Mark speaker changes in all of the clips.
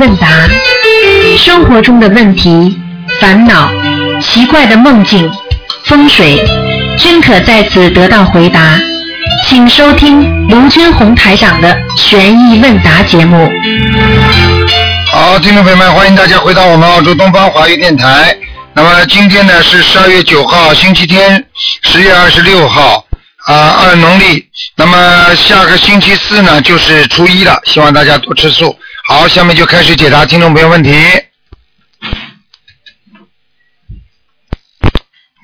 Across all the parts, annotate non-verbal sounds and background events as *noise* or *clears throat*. Speaker 1: 问答，生活中的问题、烦恼、奇怪的梦境、风水，均可在此得到回答。请收听卢军红台长的《悬疑问答》节目。
Speaker 2: 好，听众朋友们，欢迎大家回到我们澳洲东方华语电台。那么今天呢是十二月九号，星期天，十月二十六号啊，按、农历。那么下个星期四呢就是初一了，希望大家多吃素。好，下面就开始解答听众朋友问题。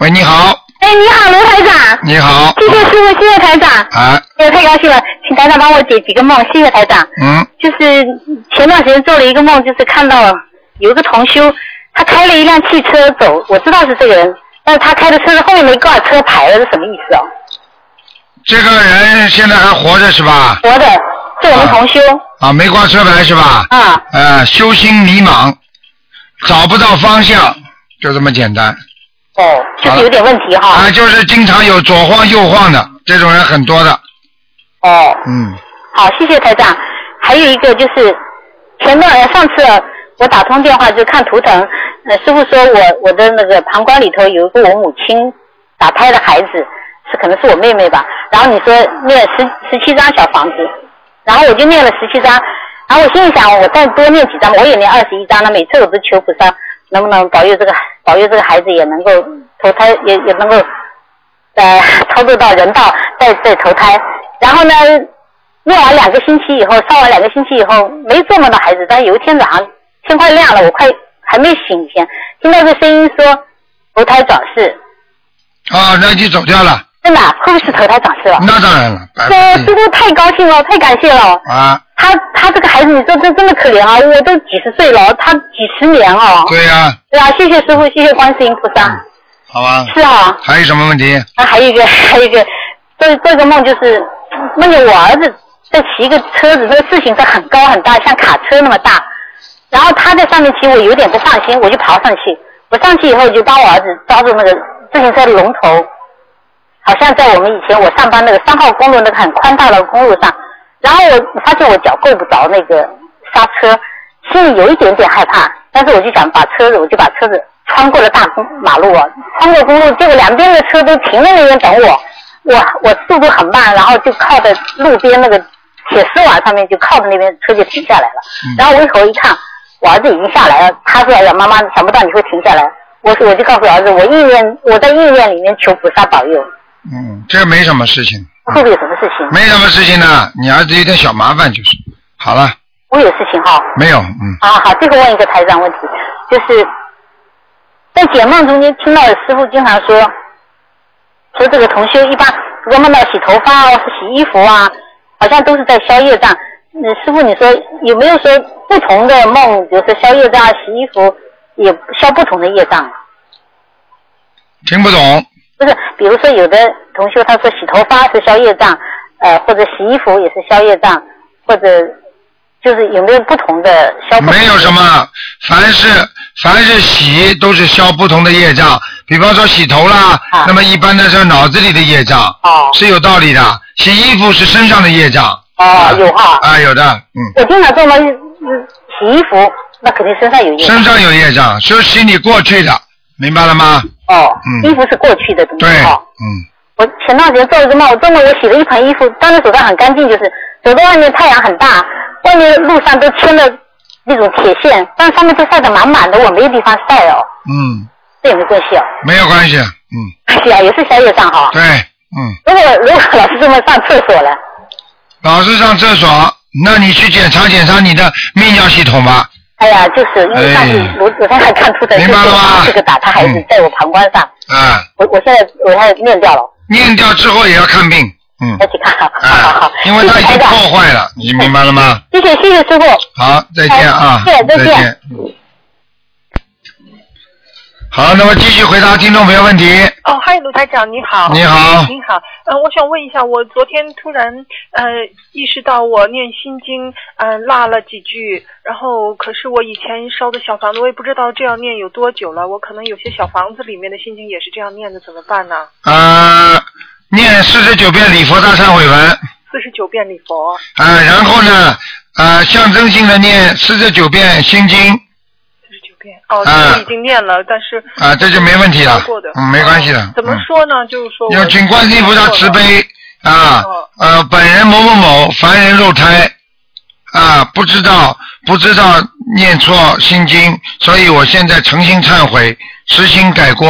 Speaker 2: 喂，你好，
Speaker 3: 哎，你好，卢台长。
Speaker 2: 你好，
Speaker 3: 谢谢师傅，谢谢台长，
Speaker 2: 啊，
Speaker 3: 哎，太高兴了，请台长帮我解几个梦，谢谢台长。
Speaker 2: 嗯，
Speaker 3: 就是前段时间做了一个梦，就是看到有一个同修，他开了一辆汽车走，我知道是这个人，但是他开的车后面没挂车牌了，是什么意思哦？
Speaker 2: 这个人现在还活着是吧？
Speaker 3: 活的，是我们同修
Speaker 2: 啊，没挂车牌是吧？
Speaker 3: 啊，
Speaker 2: 呃，修心迷茫，找不到方向，就这么简单。
Speaker 3: 哦，就是有点问题哈
Speaker 2: 啊，，就是经常有左晃右晃的，这种人很多的。
Speaker 3: 哦，
Speaker 2: 嗯，
Speaker 3: 好，谢谢台长。还有一个就是，前段呃上次呃我打通电话就看图腾，呃，师傅说我我的那个膀胱里头有一个我母亲打胎的孩子，是可能是我妹妹吧。然后你说念十十七张小房子，然后我就念了十七张，然后我心里想我再多念几张，我也念二十一张了。每次我都求菩萨能不能保佑这个保佑这个孩子也能够投胎，也也能够呃超度到人道，再再投胎。然后呢，弄完两个星期以后，烧完两个星期以后，没做梦到孩子，但有一天早上天快亮了，我快还没醒前，听到一个声音说投胎转世，
Speaker 2: 啊，那就走掉了，
Speaker 3: 真的啊会不会是投胎转世了？
Speaker 2: 那嗯当然了，百
Speaker 3: 这
Speaker 2: 分之
Speaker 3: 师
Speaker 2: 一
Speaker 3: 傅太高兴了，太感谢了。
Speaker 2: 啊，
Speaker 3: 他他这个孩子，你说这真的可怜啊！我都几十岁了，他几十年哦。
Speaker 2: 对嗯呀、
Speaker 3: 对啊，谢谢师傅，谢谢观世音菩萨。
Speaker 2: 好吧。
Speaker 3: 是啊，
Speaker 2: 还有什么问题？
Speaker 3: 啊，还有一个，还有一个，这这个梦就是梦见我儿子在骑一个车子，这个事情是很高很大，像卡车那么大。然后他在上面骑，我有点不放心，我就爬上去。我上去以后就帮我儿子抓住那个自行车的龙头，好像在我们以前我上班那个三号公路那个很宽大的公路上。然后我发现我脚够不着那个刹车，心里有一点点害怕，但是我就想把车子，我就把车子穿过了大公马路啊，穿过公路，结果两边的车都停在那边等我，我我速度很慢，然后就靠在路边那个铁丝网上面，就靠着那边车就停下来了。然后我一头一看，我儿子已经下来了，他说：“哎呀，妈妈，想不到你会停下来。”我说：“我就告诉我儿子，我意愿我在意愿里面求菩萨保佑，
Speaker 2: 嗯，这没什么事情，
Speaker 3: 会不会有什么事情？
Speaker 2: 嗯没什么事情的，你儿子有点小麻烦就是。好了，
Speaker 3: 我有事情哈、
Speaker 2: 没有，嗯，
Speaker 3: 啊，好，最后问一个台长问题，就是在解梦中间听到师傅经常说，说这个同修一般如果梦到洗头发啊、洗衣服啊，好像都是在消业障。嗯，师傅你说有没有说不同的梦，比如说消业障、啊洗衣服，也消不同的业障？啊
Speaker 2: 听不懂，
Speaker 3: 不是， *laughs* 比如说有的同修他说洗头发是消业障，呃，或者洗衣服也是消业障，或者就是有没有不同的消不同的
Speaker 2: 没有什么，凡是凡是洗都是消不同的业障，比方说洗头啦，
Speaker 3: 啊
Speaker 2: 那么一般的是脑子里的业障，
Speaker 3: 哦
Speaker 2: 是有道理的。洗衣服是身上的业障。
Speaker 3: 哦，有哈、
Speaker 2: 啊，有的，嗯，
Speaker 3: 我经常做梦嗯洗衣服，那肯定身上有烟。
Speaker 2: 身上有业障，是洗你过去的，明白了吗？
Speaker 3: 哦，
Speaker 2: 嗯
Speaker 3: 衣服是过去的东西
Speaker 2: 对，
Speaker 3: 哦。
Speaker 2: 嗯，
Speaker 3: 我前段时间做了一个梦，我做梦我洗了一盆衣服，当时手上很干净，就是走到外面太阳很大，外面路上都牵了那种铁线，但上面都晒得满满的，我没有地方晒哦，
Speaker 2: 嗯，
Speaker 3: 这有没有关系哦？ *laughs*
Speaker 2: 没有关系，嗯，
Speaker 3: 关系啊，也是小野账哈。
Speaker 2: 对，嗯，
Speaker 3: 如果如果老是这么上厕所了，
Speaker 2: 老是上厕所，那你去检查检查你的泌尿系统吧，
Speaker 3: 哎呀，就是因为上次
Speaker 2: 哎
Speaker 3: 我我刚才看图的，
Speaker 2: 明白了吗
Speaker 3: 这个打他孩子
Speaker 2: 嗯
Speaker 3: 在我膀胱上，
Speaker 2: 啊，
Speaker 3: 我我现在我现在念掉了。
Speaker 2: 念掉之后也要看病，
Speaker 3: *laughs*
Speaker 2: 嗯，
Speaker 3: 要去看，好好
Speaker 2: 啊
Speaker 3: 好，，
Speaker 2: 因为它已
Speaker 3: 谢
Speaker 2: 经
Speaker 3: 谢台长
Speaker 2: 破
Speaker 3: *laughs*
Speaker 2: 坏了，你明白了吗？
Speaker 3: 谢谢谢谢师傅，
Speaker 2: 好，再见
Speaker 3: 好
Speaker 2: 啊，
Speaker 3: 哎谢谢再见
Speaker 2: 见。嗯好，那么继续回答听众朋友问题。
Speaker 4: 哦，嗨，卢台长，你好。
Speaker 2: 你好，
Speaker 4: 你好，呃，我想问一下，我昨天突然呃意识到我念心经，呃落了几句，然后可是我以前烧的小房子，我也不知道这样念有多久了，我可能有些小房子里面的心经也是这样念的，怎么办呢？
Speaker 2: 呃，念四十九遍礼佛大忏悔文。
Speaker 4: 四十九遍礼佛，
Speaker 2: 啊，然后呢，呃，象征性的念四十九遍心经
Speaker 4: 四十九遍。哦，
Speaker 2: 啊
Speaker 4: 这个已经念了，但是
Speaker 2: 啊、这就没问题了
Speaker 4: 过的，哦
Speaker 2: 嗯，没关系的。
Speaker 4: 怎么
Speaker 2: 嗯
Speaker 4: 说呢？就是说我
Speaker 2: 要请观世音菩萨慈悲啊
Speaker 4: 哦，
Speaker 2: 呃，本人某某某，凡人肉胎啊，不知道不知道念错心经，所以我现在诚心忏悔，实行改过，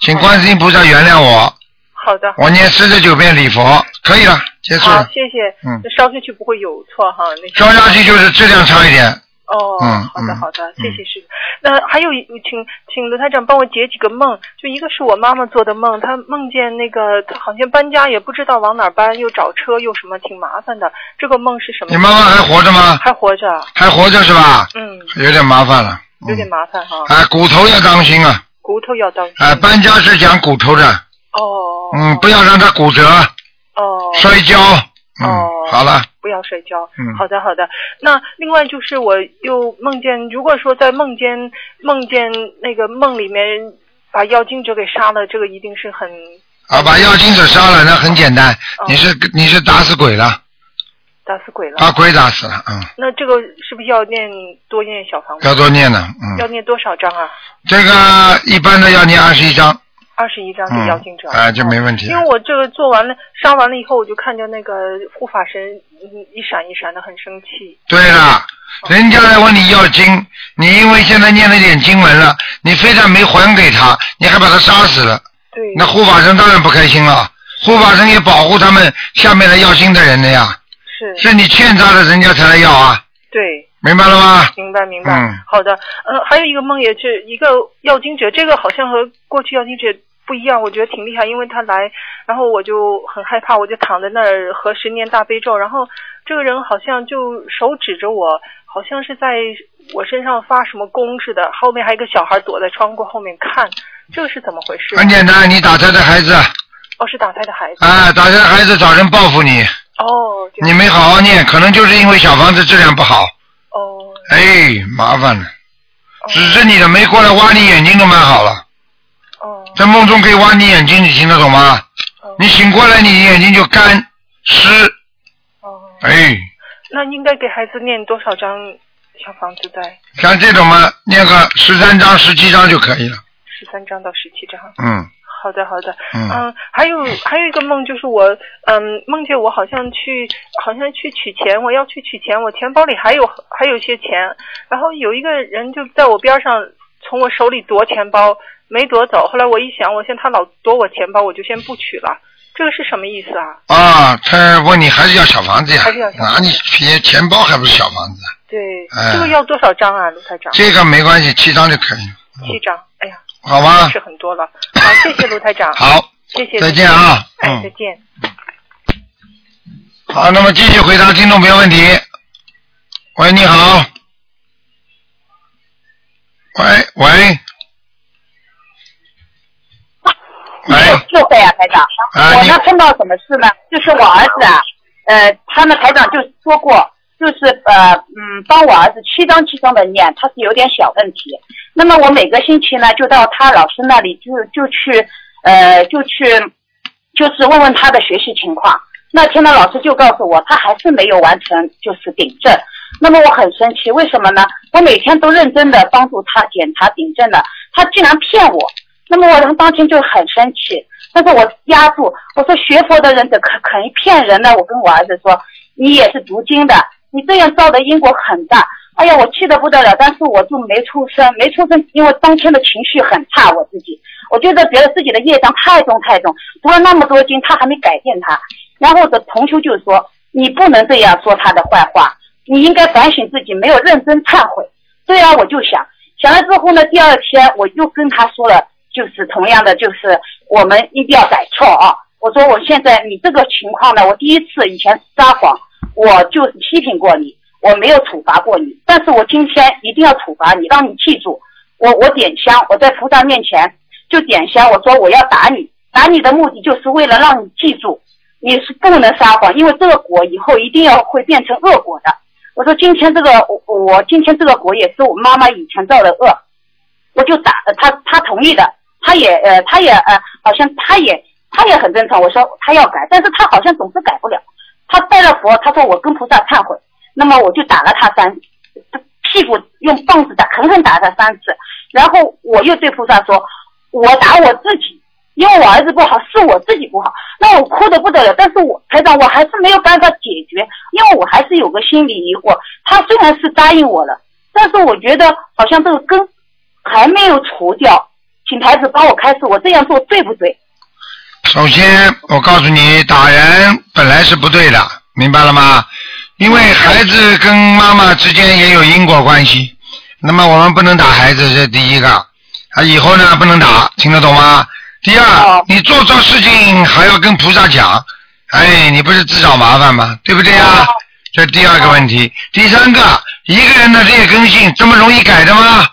Speaker 2: 请观世音菩萨原谅我，
Speaker 4: 好的，
Speaker 2: 我念四十九遍礼佛，可以了，结束
Speaker 4: 好
Speaker 2: 了，，
Speaker 4: 谢谢。
Speaker 2: 嗯
Speaker 4: 那烧下去不会有错哈。那
Speaker 2: 消下去就是质量差一点，
Speaker 4: 哦，
Speaker 2: 嗯
Speaker 4: 好的
Speaker 2: 嗯
Speaker 4: 好的，谢
Speaker 2: 嗯
Speaker 4: 谢师傅。那还有一，请请卢台长帮我解几个梦，就一个是我妈妈做的梦，她梦见那个她好像搬家，也不知道往哪儿搬，又找车又什么，挺麻烦的。这个梦是什么？
Speaker 2: 你妈妈还活着吗？
Speaker 4: 还活着？
Speaker 2: 还活着是吧？
Speaker 4: 嗯，
Speaker 2: 有点麻烦了，
Speaker 4: 有点
Speaker 2: 嗯，
Speaker 4: 麻烦哈，
Speaker 2: 啊，骨头要当心啊，
Speaker 4: 骨头要当心。
Speaker 2: 啊，搬家是讲骨头的，
Speaker 4: 哦，
Speaker 2: 嗯，不要让它骨折。
Speaker 4: 哦，
Speaker 2: 摔跤。嗯，
Speaker 4: 哦
Speaker 2: 好了，
Speaker 4: 不要摔跤。
Speaker 2: 嗯
Speaker 4: 好的好的。那另外就是我又梦见，如果说在梦见梦见那个梦里面把妖精者给杀了，这个一定是很
Speaker 2: 啊，把妖精者杀了，那很简单，
Speaker 4: 哦
Speaker 2: 你是你是打死鬼了，
Speaker 4: 打死鬼了。
Speaker 2: 把鬼打死了，嗯，
Speaker 4: 那这个是不是要念多念小房子？
Speaker 2: 要多念了，
Speaker 4: 要
Speaker 2: 嗯，
Speaker 4: 念多少章啊？
Speaker 2: 这个一般的要念二十一章，
Speaker 4: 二十一章给
Speaker 2: 嗯
Speaker 4: 妖精者。，哦
Speaker 2: 哎，就没问题
Speaker 4: 因为我这个做完了，杀完了以后，我就看见那个护法神嗯一闪一闪的，很生气。
Speaker 2: 对了，
Speaker 4: 哦
Speaker 2: 人家来问你要经，你因为现在念了一点经文了，你非但没还给他，你还把他杀死了，
Speaker 4: 对，
Speaker 2: 那护法神当然不开心了，护法神也保护他们下面的要经的人的呀，
Speaker 4: 是，
Speaker 2: 是你欠他的，人家才来要啊，
Speaker 4: 对，
Speaker 2: 明白了吗？
Speaker 4: 明白明白。
Speaker 2: 嗯
Speaker 4: 好的，呃，还有一个梦也是一个药精者，这个好像和过去药精者不一样，我觉得挺厉害，因为他来，然后我就很害怕，我就躺在那儿和十念大悲咒，然后这个人好像就手指着我，好像是在我身上发什么功似的，后面还有一个小孩躲在窗户后面看，这个是怎么回事？
Speaker 2: 很简单，你打啊他的孩子。
Speaker 4: 哦，是打胎的孩子。
Speaker 2: 啊，打算孩子找人报复你，
Speaker 4: 哦，这
Speaker 2: 你没好好念，可能就是因为小房子质量不好，
Speaker 4: 哦
Speaker 2: 哎，麻烦了。
Speaker 4: 哦
Speaker 2: 指着你的没过来挖你眼睛都蛮好了，
Speaker 4: 哦
Speaker 2: 在梦中可以挖你眼睛，你听得懂吗？
Speaker 4: 哦
Speaker 2: 你醒过来，你眼睛就干湿，
Speaker 4: 哦，
Speaker 2: 哎，
Speaker 4: 那应该给孩子念多少张小房子在？
Speaker 2: 像这种嘛，念个十三章、十七章就可以了。
Speaker 4: 十三张到十七张。
Speaker 2: 嗯
Speaker 4: 好的，好的。
Speaker 2: 嗯，
Speaker 4: 嗯，还有还有一个梦，就是我嗯梦见我好像去好像去取钱，我要去取钱，我钱包里还有还有一些钱，然后有一个人就在我边上从我手里夺钱包，没夺走。后来我一想，我现在他老夺我钱包，我就先不取了。这个是什么意思啊？
Speaker 2: 啊，他问你还是要小房子呀
Speaker 4: 还是要小？房
Speaker 2: 拿你钱钱包还不是小房子？
Speaker 4: 对，
Speaker 2: 哎
Speaker 4: 这个要多少张啊，卢台长？
Speaker 2: 这个没关系，七张就可以了，
Speaker 4: 七张。哎呀，
Speaker 2: 好吗
Speaker 4: 是？很多了。好，谢谢卢台长。，
Speaker 2: 好，
Speaker 4: 谢谢。
Speaker 2: 再见啊
Speaker 4: 哎
Speaker 2: 嗯，
Speaker 4: 再见。
Speaker 2: 好，那么继续回答听众朋友问题。喂，你好。喂喂。
Speaker 5: 没有
Speaker 2: 喂，
Speaker 5: 智慧啊，台长。
Speaker 2: 哎
Speaker 5: 我
Speaker 2: 你
Speaker 5: 呢碰到什么事呢？就是我儿子啊，呃，他们台长就说过，就是呃嗯，帮我儿子七张七张的念，他是有点小问题。那么我每个星期呢，就到他老师那里就就去呃就去就是问问他的学习情况。那天呢，老师就告诉我，他还是没有完成就是顶正。那么我很生气，为什么呢？我每天都认真的帮助他检查顶正了，他居然骗我。那么我当天就很生气，但是我压住，我说学佛的人怎可可以骗人呢？我跟我儿子说，你也是读经的，你这样造的因果很大。哎呀，我气得不得了，但是我就没出声，没出声，因为当天的情绪很差，我自己，我觉得觉得自己的业障太重太重，读了那么多经，他还没改变他。然后我的同修就说，你不能这样说他的坏话，你应该反省自己，没有认真忏悔。对啊，我就想，想了之后呢，第二天我又跟他说了，就是同样的，就是我们一定要改错啊。我说我现在你这个情况呢，我第一次以前撒谎，我就是批评过你，我没有处罚过你，但是我今天一定要处罚你，让你记住，我我点香，我在菩萨面前就点香，我说我要打你，打你的目的就是为了让你记住，你是不能撒谎，因为这个果以后一定要会变成恶果的。我说今天这个我我今天这个果也是我妈妈以前造的恶，我就打呃他，他同意的，他也呃他也呃好像他也他也很正常。我说他要改，但是他好像总是改不了。他拜了佛，他说我跟菩萨忏悔，那么我就打了他三，屁股用棒子打，狠狠打他三次。然后我又对菩萨说，我打我自己，因为我儿子不好，是我自己不好。那我哭得不得了，但是我台长我还是没有办法解决，因为我还是有个心理疑惑。他虽然是答应我了，但是我觉得好像这个根还没有除掉，请台子帮我开始，我这样做对不对？
Speaker 2: 首先，我告诉你，打人本来是不对的，明白了吗？因为孩子跟妈妈之间也有因果关系，那么我们不能打孩子，这第一个。啊，以后呢不能打，听得懂吗？第二
Speaker 5: 哦，
Speaker 2: 你做错事情还要跟菩萨讲，哎，你不是自找麻烦吗？对不对啊
Speaker 5: 哦？
Speaker 2: 这第二个问题。第三个，一个人的劣根性这么容易改的吗？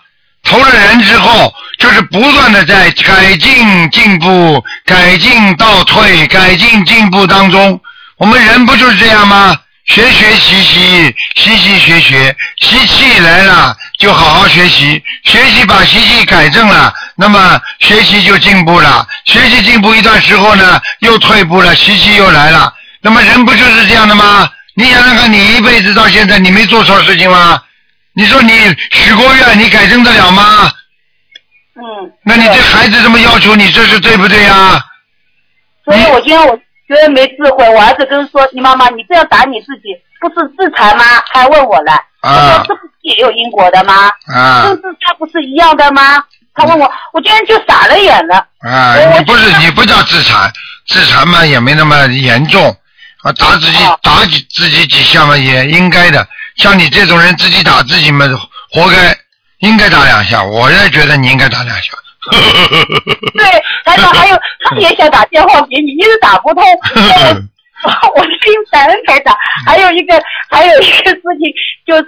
Speaker 2: 投了人之后，就是不断的在改进、进步、改进、倒退、改进、进步当中，我们人不就是这样吗？学学习习，习习学学，习气来了就好好学习，学习把习气改正了，那么学习就进步了。学习进步一段时候呢，又退步了，习气又来了。那么人不就是这样的吗？你想想看，你一辈子到现在，你没做错事情吗？你说你许过愿，你改正得了吗？
Speaker 5: 嗯，
Speaker 2: 那你对
Speaker 5: 对
Speaker 2: 孩子这么要求，你这是对不对啊？
Speaker 5: 所以我今天我觉得没智慧，我儿子跟说，你妈妈你这样打你自己，不是自残吗？还问我了，
Speaker 2: 啊
Speaker 5: 我说这不是也有因果的吗？
Speaker 2: 啊
Speaker 5: 政治它不是一样的吗？他问我，我今天就傻了眼了。
Speaker 2: 啊！
Speaker 5: 我
Speaker 2: 你不是你不叫自残，自残嘛也没那么严重，啊打自己
Speaker 5: 哦
Speaker 2: 打几自己几下嘛也应该的。像你这种人自己打自己嘛，活该，应该打两下。我也觉得你应该打两下。
Speaker 5: 对，台长还有他也想打电话给你，一直打不通。那我我心感恩台长。还有一个还有一个事情就是，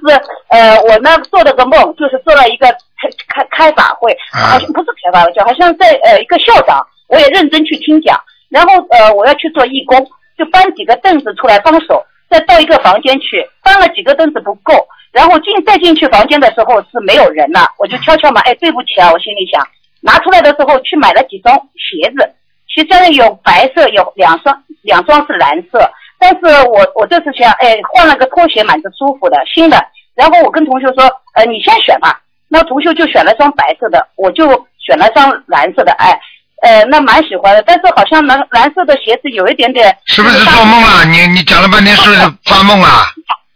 Speaker 5: 呃，我呢做了个梦，就是做了一个开开开法会，
Speaker 2: 啊
Speaker 5: 好像不是开法会，就好像在呃一个校长，我也认真去听讲，然后呃我要去做义工，就搬几个凳子出来帮手，再到一个房间去，搬了几个凳子不够。然后进再进去房间的时候是没有人了，我就敲敲门，哎，对不起啊，我心里想，拿出来的时候去买了几双鞋子，其中有白色，有两双，两双是蓝色。但是我我这次想，哎，换了个拖鞋，蛮着舒服的，新的。然后我跟同学说，呃，你先选吧。那同学就选了双白色的，我就选了双蓝色的，哎，呃，那蛮喜欢的。但是好像蓝蓝色的鞋子有一点点，
Speaker 2: 是不是做梦了？你你讲了半天是不是发梦了？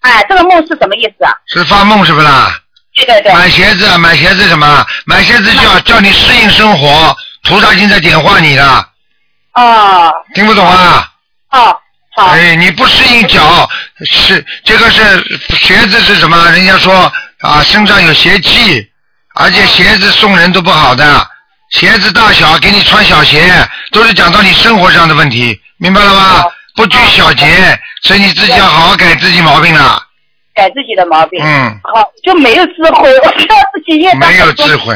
Speaker 5: 哎，这个梦是什么意思啊？
Speaker 2: 是发梦是不是啦？
Speaker 5: 对对对，
Speaker 2: 买鞋子，啊，买鞋子什么？买鞋子就要叫你适应生活，菩萨已经在点化你了，
Speaker 5: 哦
Speaker 2: 听不懂啊？
Speaker 5: 哦，好，
Speaker 2: 哎，你不适应脚，是这个是鞋子是什么？人家说啊，身上有邪气，而
Speaker 5: 嗯
Speaker 2: 且鞋子送人都不好的，鞋子大小给你穿小鞋，都是讲到你生活上的问题，明白了吗
Speaker 5: 哦？
Speaker 2: 不拘小节，所以你自己要好好改自己毛病了。
Speaker 5: 嗯改自己的毛病。
Speaker 2: 嗯，
Speaker 5: 好，就没有智慧，我知道自己越大
Speaker 2: 没有智慧，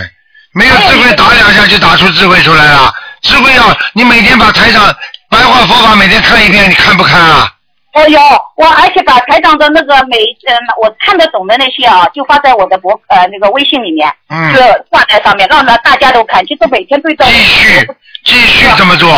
Speaker 2: 没有智慧打两下就打出智慧出来了。智慧要你每天把台上白话佛法每天看一遍，你看不看啊？
Speaker 5: 哦哟，我而且把台长的那个每嗯、我看得懂的那些啊，就发在我的博呃那个微信里面，
Speaker 2: 嗯
Speaker 5: 就挂在上面，让大大家都看。其实每天对照。
Speaker 2: 继续继续这么做，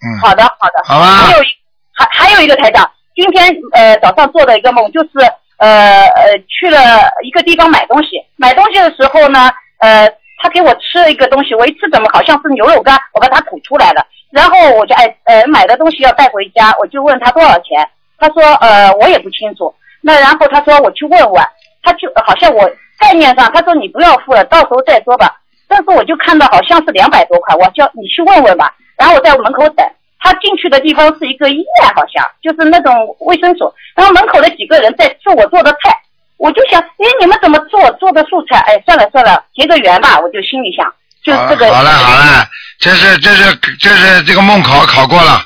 Speaker 2: 嗯，
Speaker 5: 好的，好的。
Speaker 2: 好吧
Speaker 5: 还有一还还有一个台长，今天呃早上做的一个梦，就是呃呃去了一个地方买东西，买东西的时候呢，呃他给我吃了一个东西，我一吃怎么好像是牛肉干，我把它吐出来了，然后我就哎呃买的东西要带回家，我就问他多少钱，他说呃我也不清楚，那然后他说我去问问，他就好像我概念上他说你不要付了，到时候再说吧。但是我就看到好像是两百多块，我叫你去问问吧。然后我在门口等，他进去的地方是一个医院，好像就是那种卫生所。然后门口的几个人在吃我做的菜，我就想，哎，你们怎么做做的素菜？哎，算了算了，结个缘吧，我就心里想，就是这个。
Speaker 2: 好了好了，这是这是这是这个梦考考过了，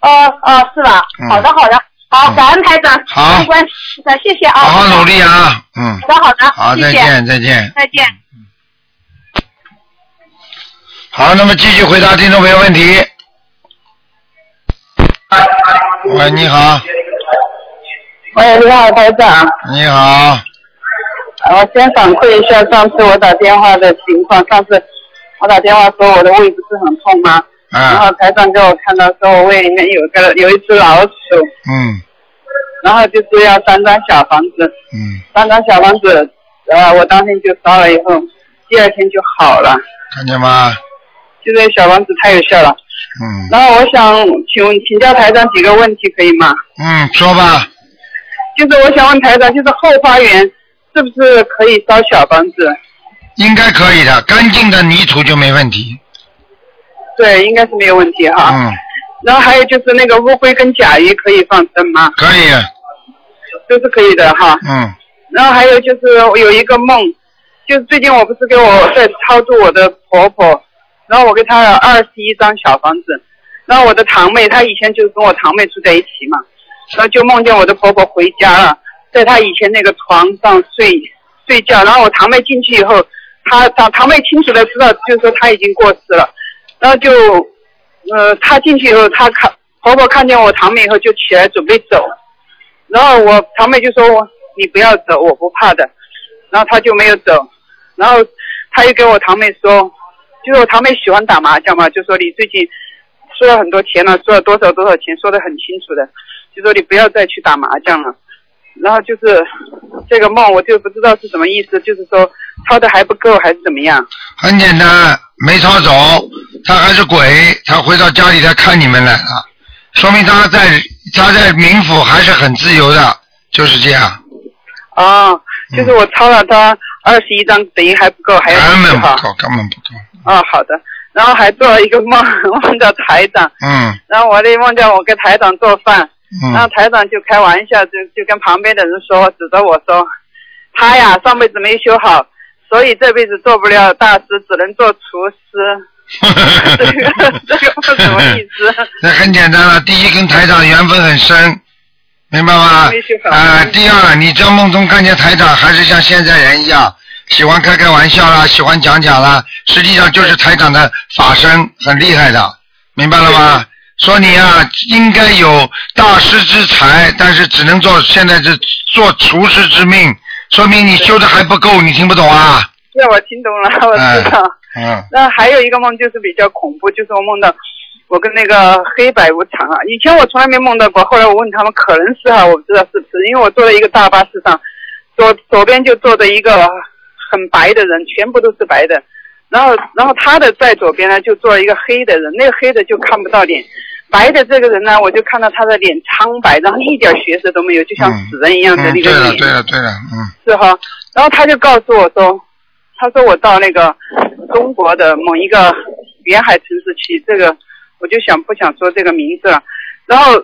Speaker 5: 哦哦，是吧
Speaker 2: 嗯？
Speaker 5: 好的好的，好，
Speaker 2: 嗯
Speaker 5: 感恩台长，
Speaker 2: 好
Speaker 5: 感恩关系长，谢谢啊，
Speaker 2: 好好努。力啊，嗯，
Speaker 5: 好的好的，
Speaker 2: 好，
Speaker 5: 谢
Speaker 2: 再
Speaker 5: 谢，
Speaker 2: 见再见。
Speaker 5: 再见。
Speaker 2: 好，那么继续回答听众朋友问题。喂，你好，
Speaker 3: 哎
Speaker 6: 喂，你好，台长。
Speaker 2: 你好，
Speaker 6: 我先反馈一下上次我打电话的情况。上次我打电话说我的胃不是很痛吗？然
Speaker 2: 啊，
Speaker 6: 后台长给我看到说我胃里面有个有一只老鼠，
Speaker 2: 嗯，
Speaker 6: 然后就是要三张小房子，
Speaker 2: 嗯，
Speaker 6: 三张小房子，呃，我当天就烧了以后，第二天就好了，
Speaker 2: 看见吗？
Speaker 6: 就这个小房子太有效了。
Speaker 2: 嗯
Speaker 6: 然后我想请问请教台长几个问题，可以吗？
Speaker 2: 嗯，说吧，
Speaker 6: 就是我想问台长，就是后花园是不是可以烧小房子？
Speaker 2: 应该可以的，干净的泥土就没问题。
Speaker 6: 对，应该是没有问题哈。
Speaker 2: 嗯，
Speaker 6: 然后还有就是那个乌龟跟甲鱼可以放生吗？
Speaker 2: 可以，
Speaker 6: 都是可以的哈。
Speaker 2: 嗯
Speaker 6: 然后还有就是我有一个梦，就是最近我不是给我在超度我的婆婆，然后我给她二十一张小房子，然后我的堂妹她以前就是跟我堂妹住在一起嘛，然后就梦见我的婆婆回家了，在她以前那个床上睡睡觉，然后我堂妹进去以后，她堂堂妹清楚的知道，就是说她已经过世了，然后就呃她进去以后，她看婆婆看见我堂妹以后就起来准备走，然后我堂妹就说我你不要走，我不怕的。然后她就没有走，然后她又跟我堂妹说，就是我堂妹喜欢打麻将嘛，就说你最近输了很多钱了，输了多少多少钱，说的很清楚的，就说你不要再去打麻将了。然后就是这个梦，我就不知道是什么意思，就是说抄的还不够还是怎么样？
Speaker 2: 很简单，没抄走，他还是鬼，他回到家里来看你们来了，啊说明他在他在冥府还是很自由的，就是这样，
Speaker 6: 哦，就是我抄了他二十一张，等于还不够，还要继
Speaker 2: 根
Speaker 6: 续
Speaker 2: 本
Speaker 6: 哈
Speaker 2: 不。够，根本不够。
Speaker 6: 哦，好的。然后还做了一个梦，梦到台长，
Speaker 2: 嗯
Speaker 6: 然后我的梦见我跟台长做饭，然后
Speaker 2: 嗯，
Speaker 6: 台长就开玩笑，就就跟旁边的人说，指着我说，他呀上辈子没修好，所以这辈子做不了大师，只能做厨师。 *laughs* 这个这个不什么意思？
Speaker 2: 那很简单了，第一跟台长缘分很深，明白吗
Speaker 6: 没事？
Speaker 2: 啊、第二，你在梦中看见台长，还是像现在人一样，喜欢开开玩笑啦，喜欢讲讲啦，实际上就是台长的法身，很厉害的，明白了吗？说你啊，应该有大师之才，但是只能做现在是做厨师之命，说明你修的还不够，你听不懂啊？
Speaker 6: 那我听懂了，我知道。
Speaker 2: 嗯，
Speaker 6: 那还有一个梦就是比较恐怖，就是我梦到我跟那个黑白无常啊，以前我从来没梦到过，后来我问他们，可能是哈、我不知道是不是，因为我坐在一个大巴士上，左左边就坐着一个很白的人，全部都是白的，然后然后他的在左边呢就坐了一个黑的人，那个黑的就看不到脸。白的这个人呢，我就看到他的脸苍白，然后一点血色都没有，就像死人一样的
Speaker 2: 嗯，
Speaker 6: 那个
Speaker 2: 对
Speaker 6: 脸。
Speaker 2: 了对了对了，嗯
Speaker 6: 是哈。然后他就告诉我说，他说我到那个中国的某一个沿海城市去，这个我就想不想说这个名字了。然后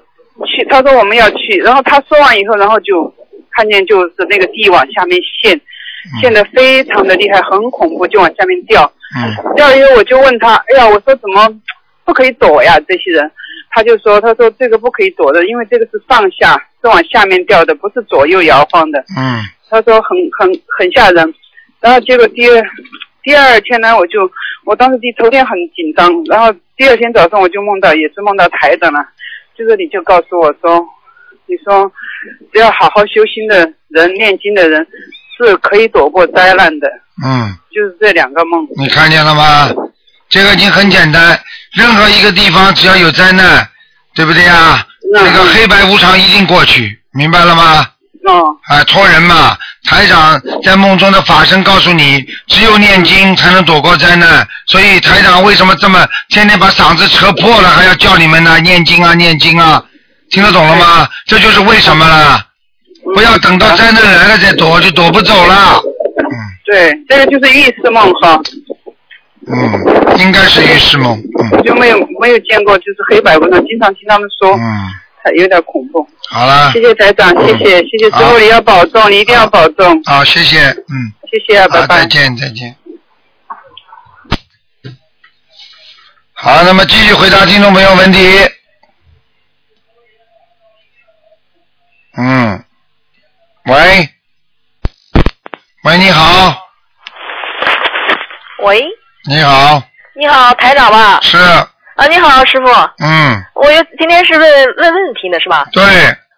Speaker 6: 去，他说我们要去，然后他说完以后，然后就看见就是那个地往下面陷，陷得非常的厉害，很恐怖，就往下面掉。
Speaker 2: 嗯。
Speaker 6: 掉了以后我就问他，哎呀，我说怎么不可以躲呀？这些人，他就说，他说这个不可以躲的，因为这个是上下，是往下面掉的，不是左右摇晃的。
Speaker 2: 嗯
Speaker 6: 他说很很很吓人。然后结果第二第二天呢，我就我当时第头天很紧张，然后第二天早上我就梦到也是梦到台长了，就是你就告诉我说，你说只要好好修心的人、念经的人是可以躲过灾难的，
Speaker 2: 嗯。
Speaker 6: 就是这两个梦。
Speaker 2: 你看见了吗？这个已经很简单，任何一个地方只要有灾难，对不对呀？
Speaker 6: 嗯
Speaker 2: 那个黑白无常一定过去，明白了吗？
Speaker 6: 哦，
Speaker 2: 啊，托人嘛，台长在梦中的法身告诉你，只有念经才能躲过灾难。所以台长为什么这么天天把嗓子扯破了，还要叫你们呢念经啊念经啊？听得懂了吗？这就是为什么了。不要等到灾难来了再躲，就躲不走了。
Speaker 6: 对，这个就是预示梦哈，
Speaker 2: 嗯，应该是预示梦。嗯
Speaker 6: 就没有没有见过，就是黑白无常，经常听他们说，
Speaker 2: 嗯，
Speaker 6: 有点恐怖。
Speaker 2: 好了
Speaker 6: 谢。谢台长，谢谢谢谢师
Speaker 2: 嗯好
Speaker 6: 傅，你要保重，你一定要保重，
Speaker 2: 好，谢谢，嗯，
Speaker 6: 谢谢啊，拜
Speaker 2: 好，
Speaker 6: 拜
Speaker 2: 再。见，再见。好，那么继续回答听众朋友问题。嗯，喂，喂，你好，
Speaker 7: 喂，
Speaker 2: 你好，
Speaker 7: 你好，台长吧？
Speaker 2: 是，
Speaker 7: 啊，你好，师傅，
Speaker 2: 嗯，
Speaker 7: 我有今天是问问问题呢，是吧？
Speaker 2: 对，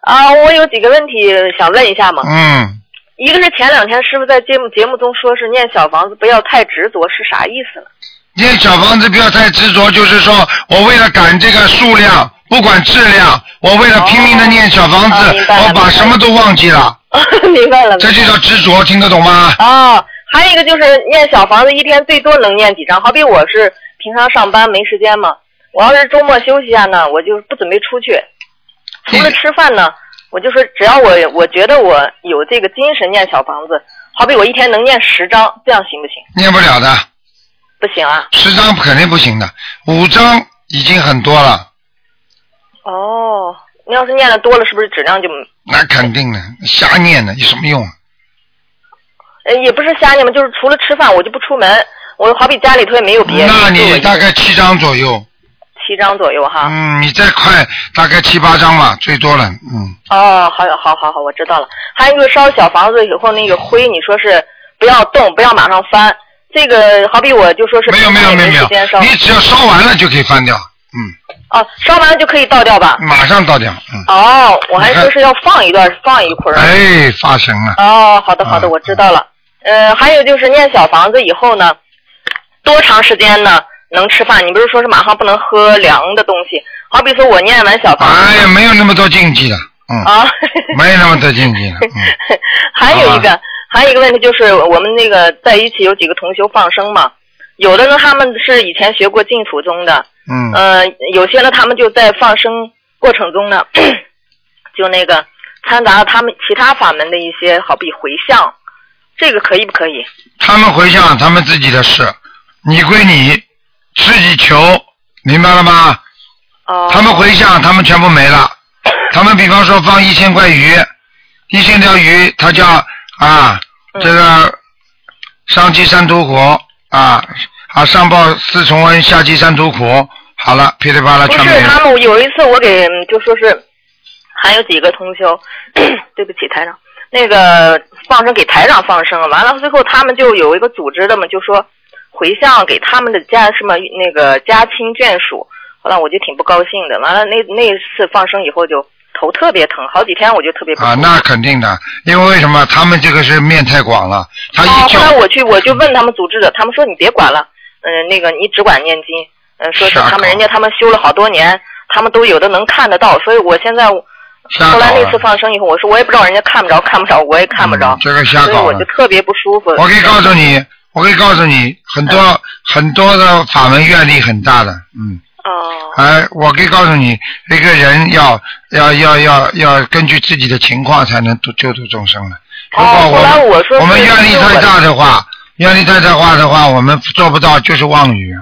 Speaker 7: 啊，我有几个问题想问一下嘛。
Speaker 2: 嗯，
Speaker 7: 一个是前两天师傅在节目节目中说是念小房子不要太执着，是啥意思呢？
Speaker 2: 念小房子不要太执着，就是说我为了赶这个数量，不管质量，我为了拼命的念小房
Speaker 7: 哦
Speaker 2: 子，
Speaker 7: 明白了
Speaker 2: 我把什么都忘记了，
Speaker 7: *laughs* 明白了。
Speaker 2: 这就叫执着，听得懂吗？
Speaker 7: 哦，还有一个就是念小房子，一天最多能念几张？好比我是平常上班没时间嘛，我要是周末休息一下呢，我就不准备出去。除了吃饭呢，我就说只要我我觉得我有这个精神念小房子，好比我一天能念十张，这样行不行？
Speaker 2: 念不了的，
Speaker 7: 不行啊。
Speaker 2: 十张肯定不行的，五张已经很多了。
Speaker 7: 哦，你要是念的多了，是不是质量就？
Speaker 2: 那肯定的，瞎念的有什么用？啊
Speaker 7: 呃，也不是瞎念嘛，就是除了吃饭，我就不出门。我好比家里头也没有别人，
Speaker 2: 那
Speaker 7: 就我
Speaker 2: 你
Speaker 7: 一啊
Speaker 2: 大概七张左右，
Speaker 7: 七张左右哈。
Speaker 2: 嗯，你再快大概七八张吧，最多了，嗯，
Speaker 7: 哦，好，好，好，好，我知道了。还有一个烧小房子以后那个灰，你说是不要动，不要马上翻。这个好比我就说是
Speaker 2: 没有没有没有没
Speaker 7: 时间烧
Speaker 2: 有，你只要烧完了就可以翻掉，嗯，
Speaker 7: 哦，烧完了就可以倒掉吧？
Speaker 2: 马上倒掉，嗯，
Speaker 7: 哦，我还说是要放一段，放一会儿。
Speaker 2: 哎，发神了，
Speaker 7: 哦，好的好的，
Speaker 2: 嗯
Speaker 7: 我知道了。呃，还有就是念小房子以后呢，多长时间呢能吃饭？你不是说是马上不能喝凉的东西？好比说我念完小房子
Speaker 2: 哎呀，没有那么多禁忌的，嗯， *laughs*
Speaker 7: 啊，
Speaker 2: 没有那么多禁忌的，
Speaker 7: *laughs*
Speaker 2: 嗯，
Speaker 7: 还有一
Speaker 2: 好
Speaker 7: 个，还有一个问题就是，我们那个在一起有几个同修放生嘛，有的呢他们是以前学过净土宗的，
Speaker 2: 嗯，
Speaker 7: 呃，有些呢他们就在放生过程中呢， *clears throat* 就那个掺杂了他们其他法门的一些，好比回向，这个可以不可以？
Speaker 2: 他们回想他们自己的事，你归你，自己求，明白了吗？
Speaker 7: 哦、
Speaker 2: 他们回向，他们全部没了。他们比方说放一千块鱼，一千条鱼，它叫啊，
Speaker 7: 嗯
Speaker 2: 这个上济三途苦啊啊，上报四重恩，下济三途苦。好了，噼里啪啦
Speaker 7: 不
Speaker 2: 全
Speaker 7: 是
Speaker 2: 没
Speaker 7: 他
Speaker 2: 了。
Speaker 7: 们，有一次我给嗯就说是，还有几个同修， *clears throat* 对不起台长，那个放生给台长放生，完了最后他们就有一个组织的嘛，就说回向给他们的家什么那个家亲眷属，后来我就挺不高兴的，完了那那次放生以后就头特别疼，好几天我就特别不舒
Speaker 2: 啊，
Speaker 7: 服
Speaker 2: 那肯定的，因为为什么他们这个是面太广了，他
Speaker 7: 哦
Speaker 2: 啊一，
Speaker 7: 后
Speaker 2: 叫
Speaker 7: 来我去我就问他们组织的，他们说你别管了，嗯、那个你只管念经，嗯、说是
Speaker 2: 瞎
Speaker 7: 他
Speaker 2: 搞
Speaker 7: 们人家他们修了好多年，他们都有的能看得到，所以我现在
Speaker 2: 瞎
Speaker 7: 后
Speaker 2: 搞
Speaker 7: 来那次
Speaker 2: 了，
Speaker 7: 放生以后，我说我也不知道人家看不着看不着，我也看不着
Speaker 2: 嗯，这个瞎
Speaker 7: 所以
Speaker 2: 搞
Speaker 7: 我
Speaker 2: 了
Speaker 7: 就。特别不舒 *laughs* 服。
Speaker 2: 我可以告诉你，我可以告诉你，很多、
Speaker 7: 嗯
Speaker 2: 很多的法门愿力很大的，嗯。
Speaker 7: 哦
Speaker 2: 哎，我可以告诉你，一个人要要要要要根据自己的情况才能度救度众生的。如果
Speaker 7: 哦，后
Speaker 2: 我
Speaker 7: 来
Speaker 2: 们、
Speaker 7: 我说是嗯
Speaker 2: 我们愿力太大的话，愿力太大的话的话，我们做不到就是妄语。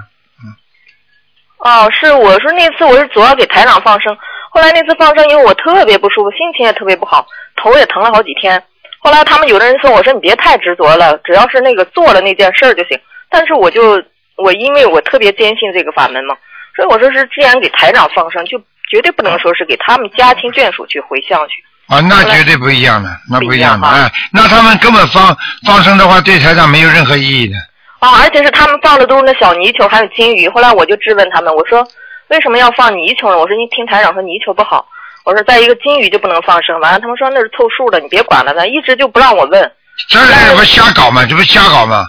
Speaker 7: 哦，是我说那次我是主要给台长放生，后来那次放生以后我特别不舒服，心情也特别不好，头也疼了好几天。后来他们有的人说我说你别太执着了，只要是那个做了那件事儿就行。但是我就我因为我特别坚信这个法门嘛，所以我说是既然给台长放生，就绝对不能说是给他们家亲眷属去回向去。
Speaker 2: 啊，那
Speaker 7: 后来
Speaker 2: 绝对不一样的，那不一样的，
Speaker 7: 不一样
Speaker 2: 哎，那他们根本放放生的话，对台上没有任何意义的。
Speaker 7: 啊，而且是他们放的都是那小泥鳅，还有金鱼。后来我就质问他们，我说为什么要放泥鳅呢？我说你听台长说泥鳅不好，我说再一个金鱼就不能放生。完了，他们说那是凑数的，你别管了，咱一直就不让我问。
Speaker 2: 这这不瞎搞吗？这不瞎搞吗？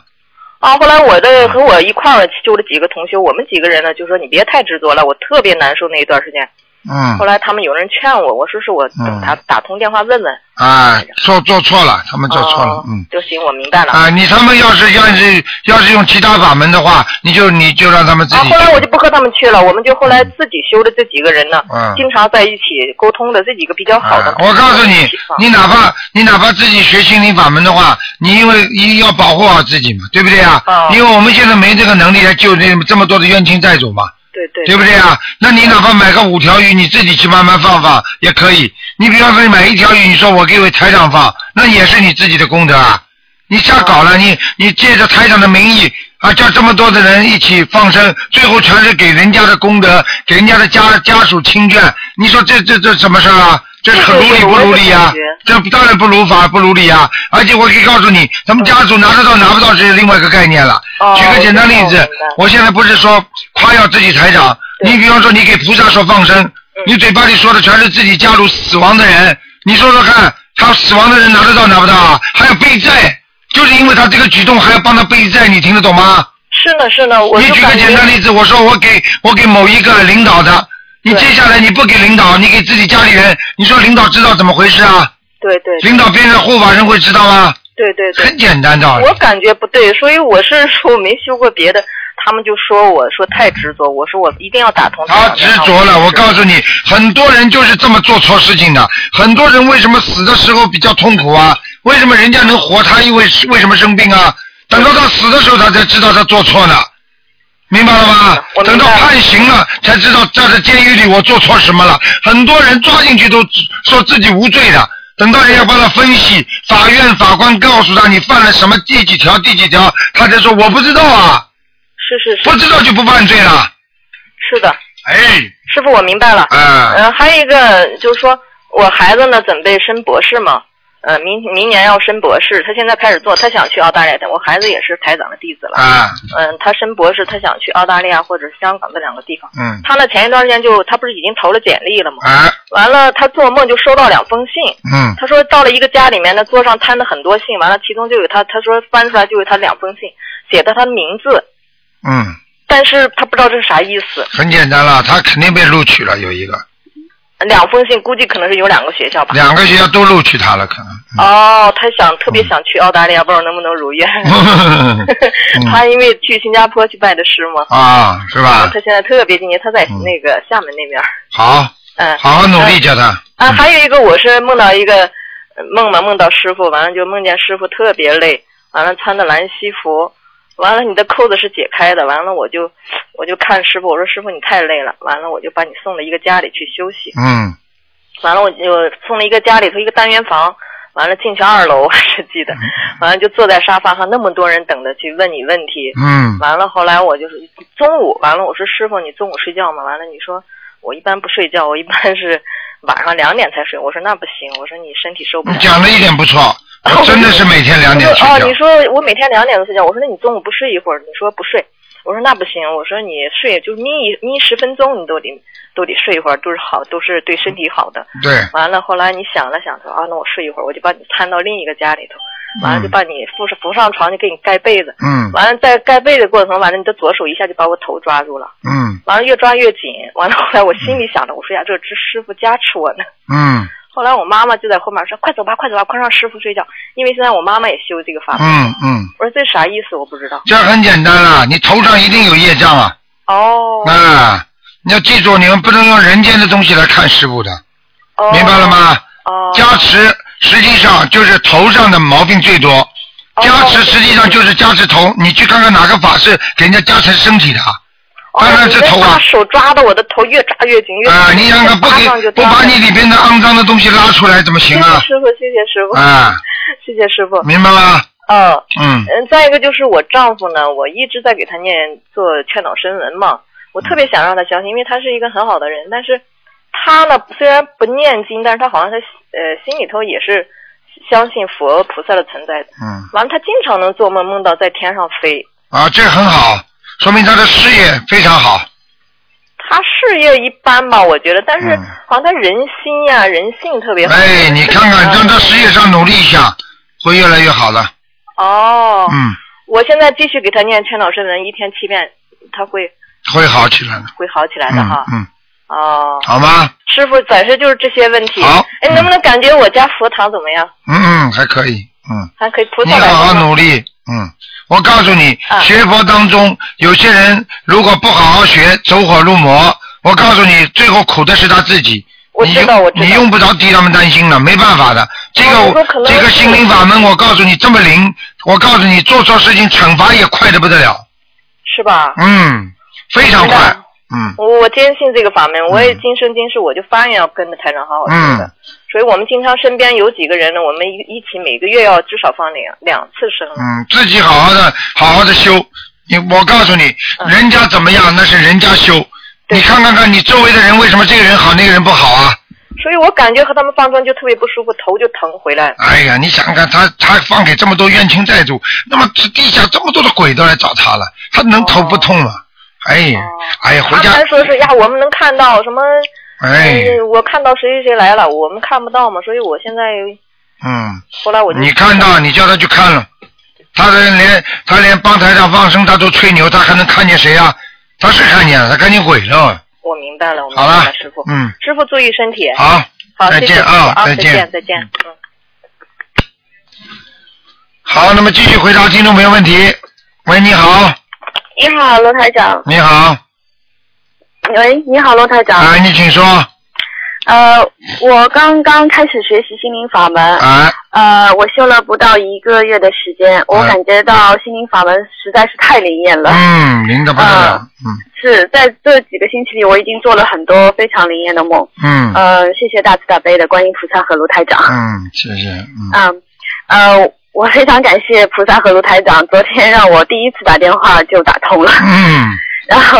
Speaker 7: 啊，后来我的和我一块儿就的几个同学，我们几个人呢就说你别太执着了，我特别难受那一段时间。
Speaker 2: 嗯
Speaker 7: 后，来他们有人劝我，我说是我打打通电话问问，
Speaker 2: 啊，做做错了，他们做错了，
Speaker 7: 哦
Speaker 2: 嗯。
Speaker 7: 就行，我明白了。
Speaker 2: 啊，你他们要是要是要是用其他法门的话，你就你就让他们自
Speaker 7: 啊，
Speaker 2: 己。
Speaker 7: 后来我就不和他们去了，我们就后来自己修的这几个人呢，
Speaker 2: 嗯
Speaker 7: 经常在一起沟通的这几个比较好的。
Speaker 2: 啊我告诉你，你哪怕你哪怕自己学心灵法门的话，你因为一定要保护好自己嘛，对不对啊？
Speaker 7: 哦
Speaker 2: 因为我们现在没这个能力来救这这么多的冤亲债主嘛，
Speaker 7: 对对
Speaker 2: 对不对啊？那你哪怕买个五条鱼，你自己去慢慢放放也可以。你比方说你买一条鱼，你说我给我台长放，那也是你自己的功德啊。你瞎搞了，你你借着台长的名义啊，叫这么多的人一起放生，最后全是给人家的功德，给人家的家家属亲眷，你说这这这什么事儿啊？这很如理不如理啊？这当然不如法不如理啊！而且我可以告诉你，他们家属拿得到拿不到是另外一个概念了。
Speaker 7: 哦
Speaker 2: 举个简单例
Speaker 7: 我知道
Speaker 2: 子
Speaker 7: 我知道，
Speaker 2: 我现在不是说夸耀自己台长，
Speaker 7: 对嗯
Speaker 2: 你比方说你给菩萨说放生，你嘴巴里说的全是自己家属死亡的人，你说说看，他死亡的人拿得到拿不到啊？还要背债，就是因为他这个举动还要帮他背债，你听得懂吗？
Speaker 7: 是呢是呢，我
Speaker 2: 你
Speaker 7: 就
Speaker 2: 举个
Speaker 7: 感觉
Speaker 2: 简单例子，我说我给我给某一个领导的，你接下来你不给领导，你给自己家里人，你说领导知道怎么回事啊？
Speaker 7: 对对对
Speaker 2: 领导边上护法神会知道吗？
Speaker 7: 对对对，
Speaker 2: 很简单道理
Speaker 7: 我。感觉不对，所以我是说没修过别的，他们就说我说太执着，我说我一定要打通。
Speaker 2: 他执着
Speaker 7: 嗯
Speaker 2: 了，我告诉你，很多人就是这么做错事情的。很多人为什么死的时候比较痛苦啊？为什么人家能活，他因为为什么生病啊？等到他死的时候，他才知道他做错了，明白了吗？等到判刑了，才知道在这监狱里我做错什么了。很多人抓进去都只说自己无罪的，等到人家帮他分析，法院法官告诉他你犯了什么第几条第几条，他才说我不知道啊，
Speaker 7: 是是是，
Speaker 2: 不知道就不犯罪了。
Speaker 7: 是的，
Speaker 2: 哎，
Speaker 7: 师傅我明白了。
Speaker 2: 嗯
Speaker 7: 嗯，还有一个就是说我孩子呢准备申博士嘛，呃，明明年要申博士，他现在开始做，他想去澳大利亚，我孩子也是台长的弟子了。
Speaker 2: 啊，
Speaker 7: 嗯，他申博士，他想去澳大利亚或者香港这两个地方。
Speaker 2: 嗯，
Speaker 7: 他呢前一段时间就他不是已经投了简历了吗？
Speaker 2: 啊，
Speaker 7: 完了，他做梦就收到两封信，
Speaker 2: 嗯，
Speaker 7: 他说到了一个家里面呢，桌上摊了很多信，完了其中就有他，他说翻出来就有他两封信，写的他的名字，
Speaker 2: 嗯，
Speaker 7: 但是他不知道这是啥意思。
Speaker 2: 很简单了，他肯定被录取了，有一个，
Speaker 7: 两封信估计可能是有两个学校吧。
Speaker 2: 两个学校嗯都录取他了，可能。
Speaker 7: 哦，他想特别想去澳大利亚，不知道能不能如
Speaker 2: *laughs*
Speaker 7: 愿。他因为去新加坡去拜的师嘛，
Speaker 2: 啊，是
Speaker 7: 然后
Speaker 2: 吧嗯
Speaker 7: 他？现在特别积极，他在那个厦门那边儿，
Speaker 2: 好，
Speaker 7: 嗯，
Speaker 2: 好好努力叫他。
Speaker 7: 啊，还有一个我是梦到一个呃梦嘛，梦到师傅，完了就梦见师傅特别累，完了穿的蓝西服，完了你的扣子是解开的，完了我就我就看师傅，我说师傅你太累了，完了我就把你送到一个家里去休息，
Speaker 2: 嗯
Speaker 7: 完了我就送了一个家里头一个单元房，完了进去二楼，我还是记
Speaker 2: 嗯
Speaker 7: 得， *laughs* 完了就坐在沙发上，那么多人等着去问你问题，
Speaker 2: 嗯
Speaker 7: 完了后来我就是中午，完了我说师傅你中午睡觉吗？完了你说我一般不睡觉，我一般是晚上两点才睡，我说那不行，我说你身体受不了
Speaker 2: 你。讲的一点不错，我真的是每天两点睡
Speaker 7: 我说哦，你
Speaker 2: 觉。
Speaker 7: 说我每天两点钟睡觉，我说那你中午不睡一会儿？你说不睡，我说那不行，我说你睡就眯一眯十分钟，你都得都得睡一会儿，都是好，都是对身体好的。
Speaker 2: 对，
Speaker 7: 完了，后来你想了想说啊，那我睡一会儿，我就把你搀到另一个家里头，完了就把你扶上扶上床，就给你盖被子。
Speaker 2: 嗯
Speaker 7: 完了，在盖被的过程中，完了你的左手一下就把我头抓住了，
Speaker 2: 嗯
Speaker 7: 完了越抓越紧，完了后来我心里想着，我说呀，这是师傅加持我呢。
Speaker 2: 嗯
Speaker 7: 后来我妈妈就在后面说，快走吧，快走吧，快让师傅睡觉，因为现在我妈妈也修这个法门。
Speaker 2: 嗯嗯，
Speaker 7: 我说这啥意思？我不知道。
Speaker 2: 这很简单了，你头上一定有业障啊
Speaker 7: 哦
Speaker 2: 啊！你要记住，你们不能用人间的东西来看事物的，
Speaker 7: 哦，
Speaker 2: 明白了吗？
Speaker 7: 哦
Speaker 2: 加持实际上就是头上的毛病最多，
Speaker 7: 哦
Speaker 2: 加持实际上就是加持头。你去看看哪个法师给人家加持身体的啊？
Speaker 7: 哦
Speaker 2: 当然
Speaker 7: 你
Speaker 2: 是
Speaker 7: 的
Speaker 2: 头啊
Speaker 7: 大手抓的我的头越抓越紧，越
Speaker 2: 啊、
Speaker 7: 紧
Speaker 2: 你想想不
Speaker 7: 巴
Speaker 2: 给
Speaker 7: 掌就
Speaker 2: 不
Speaker 7: 抓
Speaker 2: 把
Speaker 7: 着
Speaker 2: 你里边的肮脏的东西拉出来怎么行
Speaker 7: 谢谢
Speaker 2: 啊？
Speaker 7: 师傅，谢谢师傅，
Speaker 2: 啊，
Speaker 7: 谢谢师傅。
Speaker 2: 明白吗？
Speaker 7: 嗯
Speaker 2: 嗯
Speaker 7: 嗯，再一个就是我丈夫呢，我一直在给他念做劝导声文嘛，我
Speaker 2: 嗯
Speaker 7: 特别想让他相信，因为他是一个很好的人，但是他呢虽然不念经，但是他好像他呃心里头也是相信佛菩萨的存在的。
Speaker 2: 嗯，
Speaker 7: 完了，他经常能做梦，梦到在天上飞。
Speaker 2: 啊，这很好，说明他的事业非常好。
Speaker 7: 他事业一般吧，我觉得，但是
Speaker 2: 嗯
Speaker 7: 好像他人心呀、人性特别好。
Speaker 2: 哎，你看看，
Speaker 7: 嗯
Speaker 2: 让他事业上努力一下，会越来越好的。
Speaker 7: 哦，
Speaker 2: 嗯，
Speaker 7: 我现在继续给他念劝导声文，一天七遍，他会
Speaker 2: 会好起来的。
Speaker 7: 会好起来的
Speaker 2: 嗯
Speaker 7: 哈。
Speaker 2: 嗯，
Speaker 7: 哦，
Speaker 2: 好吗？
Speaker 7: 师傅，暂时就是这些问题。
Speaker 2: 好
Speaker 7: 哎，能不能感觉我家佛堂怎么样？
Speaker 2: 嗯嗯，还可以。嗯。
Speaker 7: 还可以菩
Speaker 2: 你
Speaker 7: 萨来
Speaker 2: 好好
Speaker 7: 过吗
Speaker 2: 努力，嗯，我告诉你，
Speaker 7: 啊
Speaker 2: 学佛当中有些人如果不好好学，走火入魔。我告诉你，最后苦的是他自己。
Speaker 7: 我
Speaker 2: 你
Speaker 7: 知道
Speaker 2: 用
Speaker 7: 我知道
Speaker 2: 你用不着替他们担心了，没办法的。这个、
Speaker 7: 哦我说可能
Speaker 2: 这个
Speaker 7: 是
Speaker 2: 心灵法门，我告诉你这么灵，我告诉你做错事情惩罚也快的不得了，
Speaker 7: 是吧？
Speaker 2: 嗯，非常
Speaker 7: 我
Speaker 2: 快
Speaker 7: 知道，
Speaker 2: 嗯
Speaker 7: 我我坚信这个法门，我也今生今世我就发愿要跟着台长好好学哦的。
Speaker 2: 嗯
Speaker 7: 所以我们经常身边有几个人呢，我们一一起每个月要至少放两两次生。
Speaker 2: 嗯，自己好好的好好的修。你我告诉你，
Speaker 7: 嗯
Speaker 2: 人家怎么样那是人家修，
Speaker 7: 对
Speaker 2: 你看看看你周围的人为什么这个人好那个人不好啊？
Speaker 7: 所以我感觉和他们放生就特别不舒服，头就疼回来了。
Speaker 2: 哎呀，你想想看，他他放给这么多冤亲债主，那么这地下这么多的鬼都来找他了，他能头不痛
Speaker 7: 哦
Speaker 2: 吗？哎呀，哎呀，回
Speaker 7: 他
Speaker 2: 家，
Speaker 7: 们说是呀，我们能看到什么？
Speaker 2: 哎，
Speaker 7: 呃我看到谁谁谁来了，我们看不到嘛。所以我现在
Speaker 2: 嗯，
Speaker 7: 后呃来我就嗯
Speaker 2: 你看到你叫他去看了，他连他连帮台上放生他都吹牛，他还能看见谁啊？他是看见了，他赶紧毁了，
Speaker 7: 我明白了，我明白
Speaker 2: 好了
Speaker 7: 了，哦师傅。
Speaker 2: 嗯，
Speaker 7: 师傅注意身体。
Speaker 2: 好，
Speaker 7: 好，
Speaker 2: 再
Speaker 7: 谢谢
Speaker 2: 见
Speaker 7: 师傅
Speaker 2: 啊
Speaker 7: 啊，
Speaker 2: 再
Speaker 7: 再
Speaker 2: 见
Speaker 7: 再见。嗯。
Speaker 2: 好，那么继续回答听众朋友问题。喂，你好，
Speaker 1: 你好，罗台长。
Speaker 2: 你好，
Speaker 1: 喂，你好，罗台长。
Speaker 2: 啊，你请说，
Speaker 1: 呃，我刚刚开始学习心灵法门，
Speaker 2: 啊，
Speaker 1: 呃，我修了不到一个月的时间，我
Speaker 2: 啊
Speaker 1: 感觉到心灵法门实在是太灵验了。
Speaker 2: 嗯，灵的不得
Speaker 3: 啊
Speaker 2: 了，嗯
Speaker 1: 是在这几个星期里，我已经做了很多非常灵验的梦。
Speaker 2: 嗯
Speaker 1: 呃，谢谢大慈大悲的观音菩萨和卢台长。
Speaker 2: 嗯，谢谢，嗯
Speaker 1: 嗯，呃，我非常感谢菩萨和卢台长，昨天让我第一次打电话就打通了。
Speaker 2: 嗯，
Speaker 1: *laughs* 然后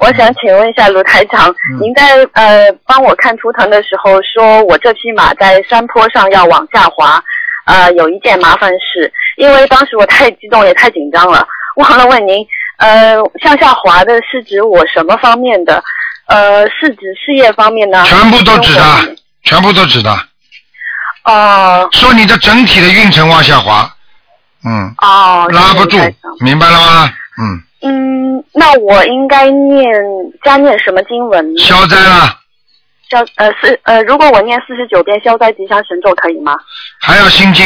Speaker 1: 我想请问一下卢台长，
Speaker 2: 嗯
Speaker 1: 您在呃帮我看图腾的时候说，我这匹马在山坡上要往下滑，呃，有一件麻烦事，因为当时我太激动也太紧张了，忘了问您，呃，向下滑的是指我什么方面的？呃，是指事业方面呢？
Speaker 2: 全部都指
Speaker 1: 生活方
Speaker 2: 的
Speaker 1: 面，
Speaker 2: 全部都指的，
Speaker 1: 哦
Speaker 2: 说你的整体的运程往下滑，嗯，
Speaker 1: 哦，
Speaker 2: 拉
Speaker 1: 谢
Speaker 2: 不住
Speaker 1: 谢卢台长，
Speaker 2: 明白了吗？嗯，
Speaker 1: 嗯，那我应该念加念什么经文呢？
Speaker 2: 消灾了，
Speaker 1: 消呃四呃，如果我念四十九遍消灾吉祥神咒可以吗？
Speaker 2: 还有心经、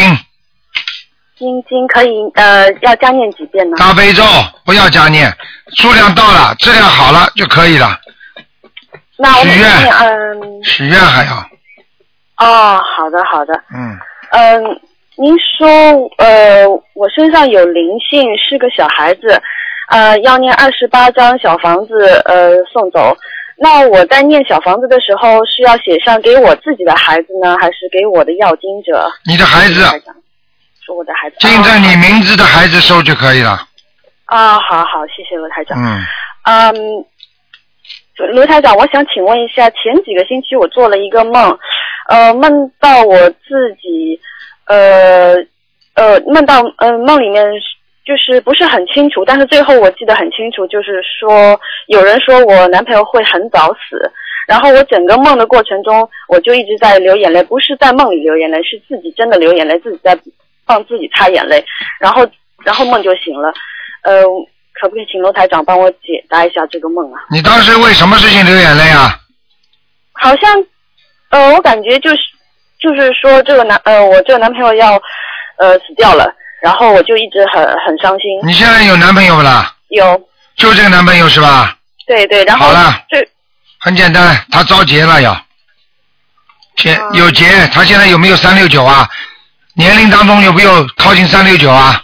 Speaker 1: 心经可以呃要加念几遍呢？
Speaker 2: 大悲咒，不要加念，数量到了，质量好了就可以了，
Speaker 1: 那我每
Speaker 2: 许愿
Speaker 1: 天嗯
Speaker 2: 许愿还要，
Speaker 1: 哦，好的好的，
Speaker 2: 嗯，
Speaker 1: 嗯，您说呃我身上有灵性，是个小孩子，呃要念二十八张小房子呃送走。那我在念小房子的时候，是要写上给我自己的孩子呢，还是给我的要经者？
Speaker 2: 你的孩子
Speaker 1: 是我的孩子。
Speaker 2: 尽在你名字的孩子收就可以了，
Speaker 1: 啊、好好，谢谢罗台长。
Speaker 2: 嗯，
Speaker 1: 嗯，卢台长，我想请问一下，前几个星期我做了一个梦，呃，梦到我自己，呃，呃，梦到呃梦里面就是不是很清楚，但是最后我记得很清楚，就是说有人说我男朋友会很早死。然后我整个梦的过程中，我就一直在流眼泪，不是在梦里流眼泪，是自己真的流眼泪，自己在帮自己擦眼泪，然后然后梦就醒了。呃，可不可以请罗台长帮我解答一下这个梦啊？
Speaker 2: 你当时为什么事情流眼泪啊？
Speaker 1: 好像，呃，我感觉就是就是说这个男呃，我这个男朋友要呃死掉了，然后我就一直很很伤心。
Speaker 2: 你现在有男朋友不啦？
Speaker 1: 有，
Speaker 2: 就这个男朋友是吧？
Speaker 1: 对对，然后
Speaker 2: 好了
Speaker 1: 这
Speaker 2: 很简单，他招劫了要，劫
Speaker 1: 啊
Speaker 2: 有劫，他现在有没有三六九啊？年龄当中有没有靠近三六九啊？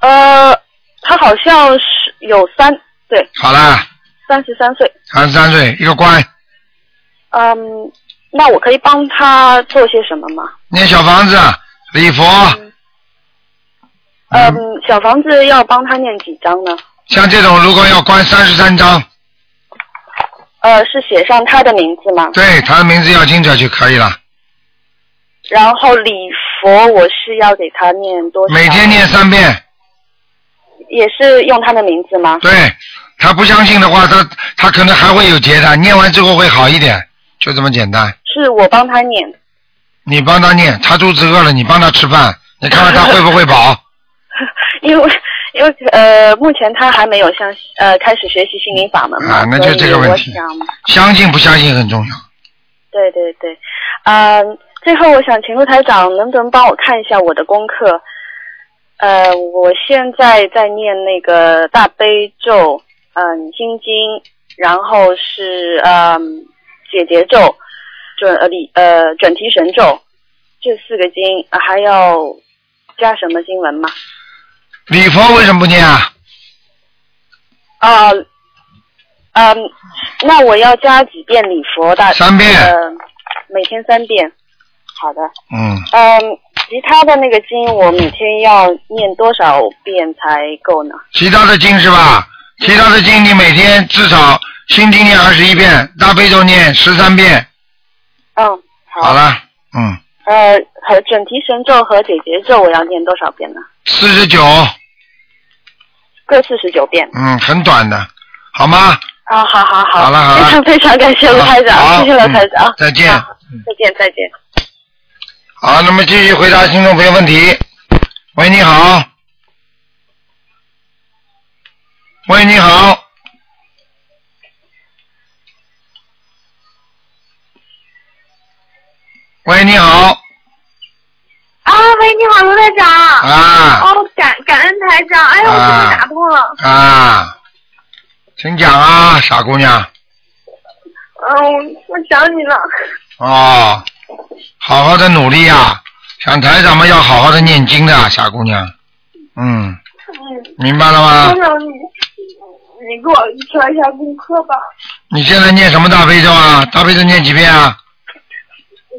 Speaker 1: 呃，他好像是有三对
Speaker 2: 好啦，
Speaker 1: 三十三岁，
Speaker 2: 三十三岁，一个官，
Speaker 1: 嗯，那我可以帮他做些什么吗？
Speaker 2: 念小房子，礼佛，
Speaker 1: 嗯，小房子要帮他念几张呢？
Speaker 2: 像这种如果要关三十三章，
Speaker 1: 呃，是写上他的名字吗？
Speaker 2: 对他的名字要经者就可以了。
Speaker 1: 然后礼佛我是要给他念多少？
Speaker 2: 每天念三遍，
Speaker 1: 也是用他的名字吗？
Speaker 2: 对他不相信的话，他他可能还会有劫的，念完之后会好一点，就这么简单。
Speaker 1: 是我帮他念。
Speaker 2: 你帮他念，他肚子饿了，你帮他吃饭，你看看他会不会饱？
Speaker 1: 因为因为呃，目前他还没有像呃开始学习心灵法门嘛，
Speaker 2: 啊那就这个问题
Speaker 1: 所以我想，
Speaker 2: 相信不相信很重要。
Speaker 1: 对对对，嗯、最后我想请陆台长能不能帮我看一下我的功课？呃，我现在在念那个大悲咒，嗯、心经，然后是嗯、解结咒，准呃礼呃准提神咒，这四个经、呃还要加什么经文吗？
Speaker 2: 礼佛为什么不念啊？
Speaker 1: 啊，嗯，那我要加几遍礼佛大？
Speaker 2: 三遍
Speaker 1: 呃，每天三遍。好的。
Speaker 2: 嗯，
Speaker 1: 嗯，其他的那个经我每天要念多少遍才够呢？
Speaker 2: 其他的经是吧？其他的经你每天至少心经念二十一遍，大悲咒念十三遍，
Speaker 1: 嗯，
Speaker 2: 好了，嗯，
Speaker 1: 呃，和准提神咒和解结咒我要念多少遍呢？
Speaker 2: 四十九，
Speaker 1: 各四十九遍。
Speaker 2: 嗯，很短的，好吗？
Speaker 1: 啊，好好好。
Speaker 2: 好了好了
Speaker 1: 非常非常感谢
Speaker 2: 好
Speaker 1: 卢台
Speaker 2: 好
Speaker 1: 长，谢谢卢台长
Speaker 2: 嗯。再见
Speaker 1: 好再见再见。
Speaker 2: 好，那么继续回答听众朋友问题。喂，你好。喂，你好。喂，你好，
Speaker 8: 啊，喂，你好，卢台长。
Speaker 2: 啊
Speaker 8: 哦，感感恩台长，哎呀，我终于打通
Speaker 2: *laughs*
Speaker 8: 了。
Speaker 2: 啊，请讲啊，傻姑娘，
Speaker 8: 嗯、我想你了。
Speaker 2: 哦，好好的努力啊，想台长们要好好的念经的，啊傻姑娘，嗯，
Speaker 8: 嗯。
Speaker 2: 明白了
Speaker 8: 台
Speaker 2: 吗？
Speaker 8: 长，你你给我调一下功课吧。
Speaker 2: 你现在念什么大悲咒啊？大悲咒念几遍啊？
Speaker 8: 嗯。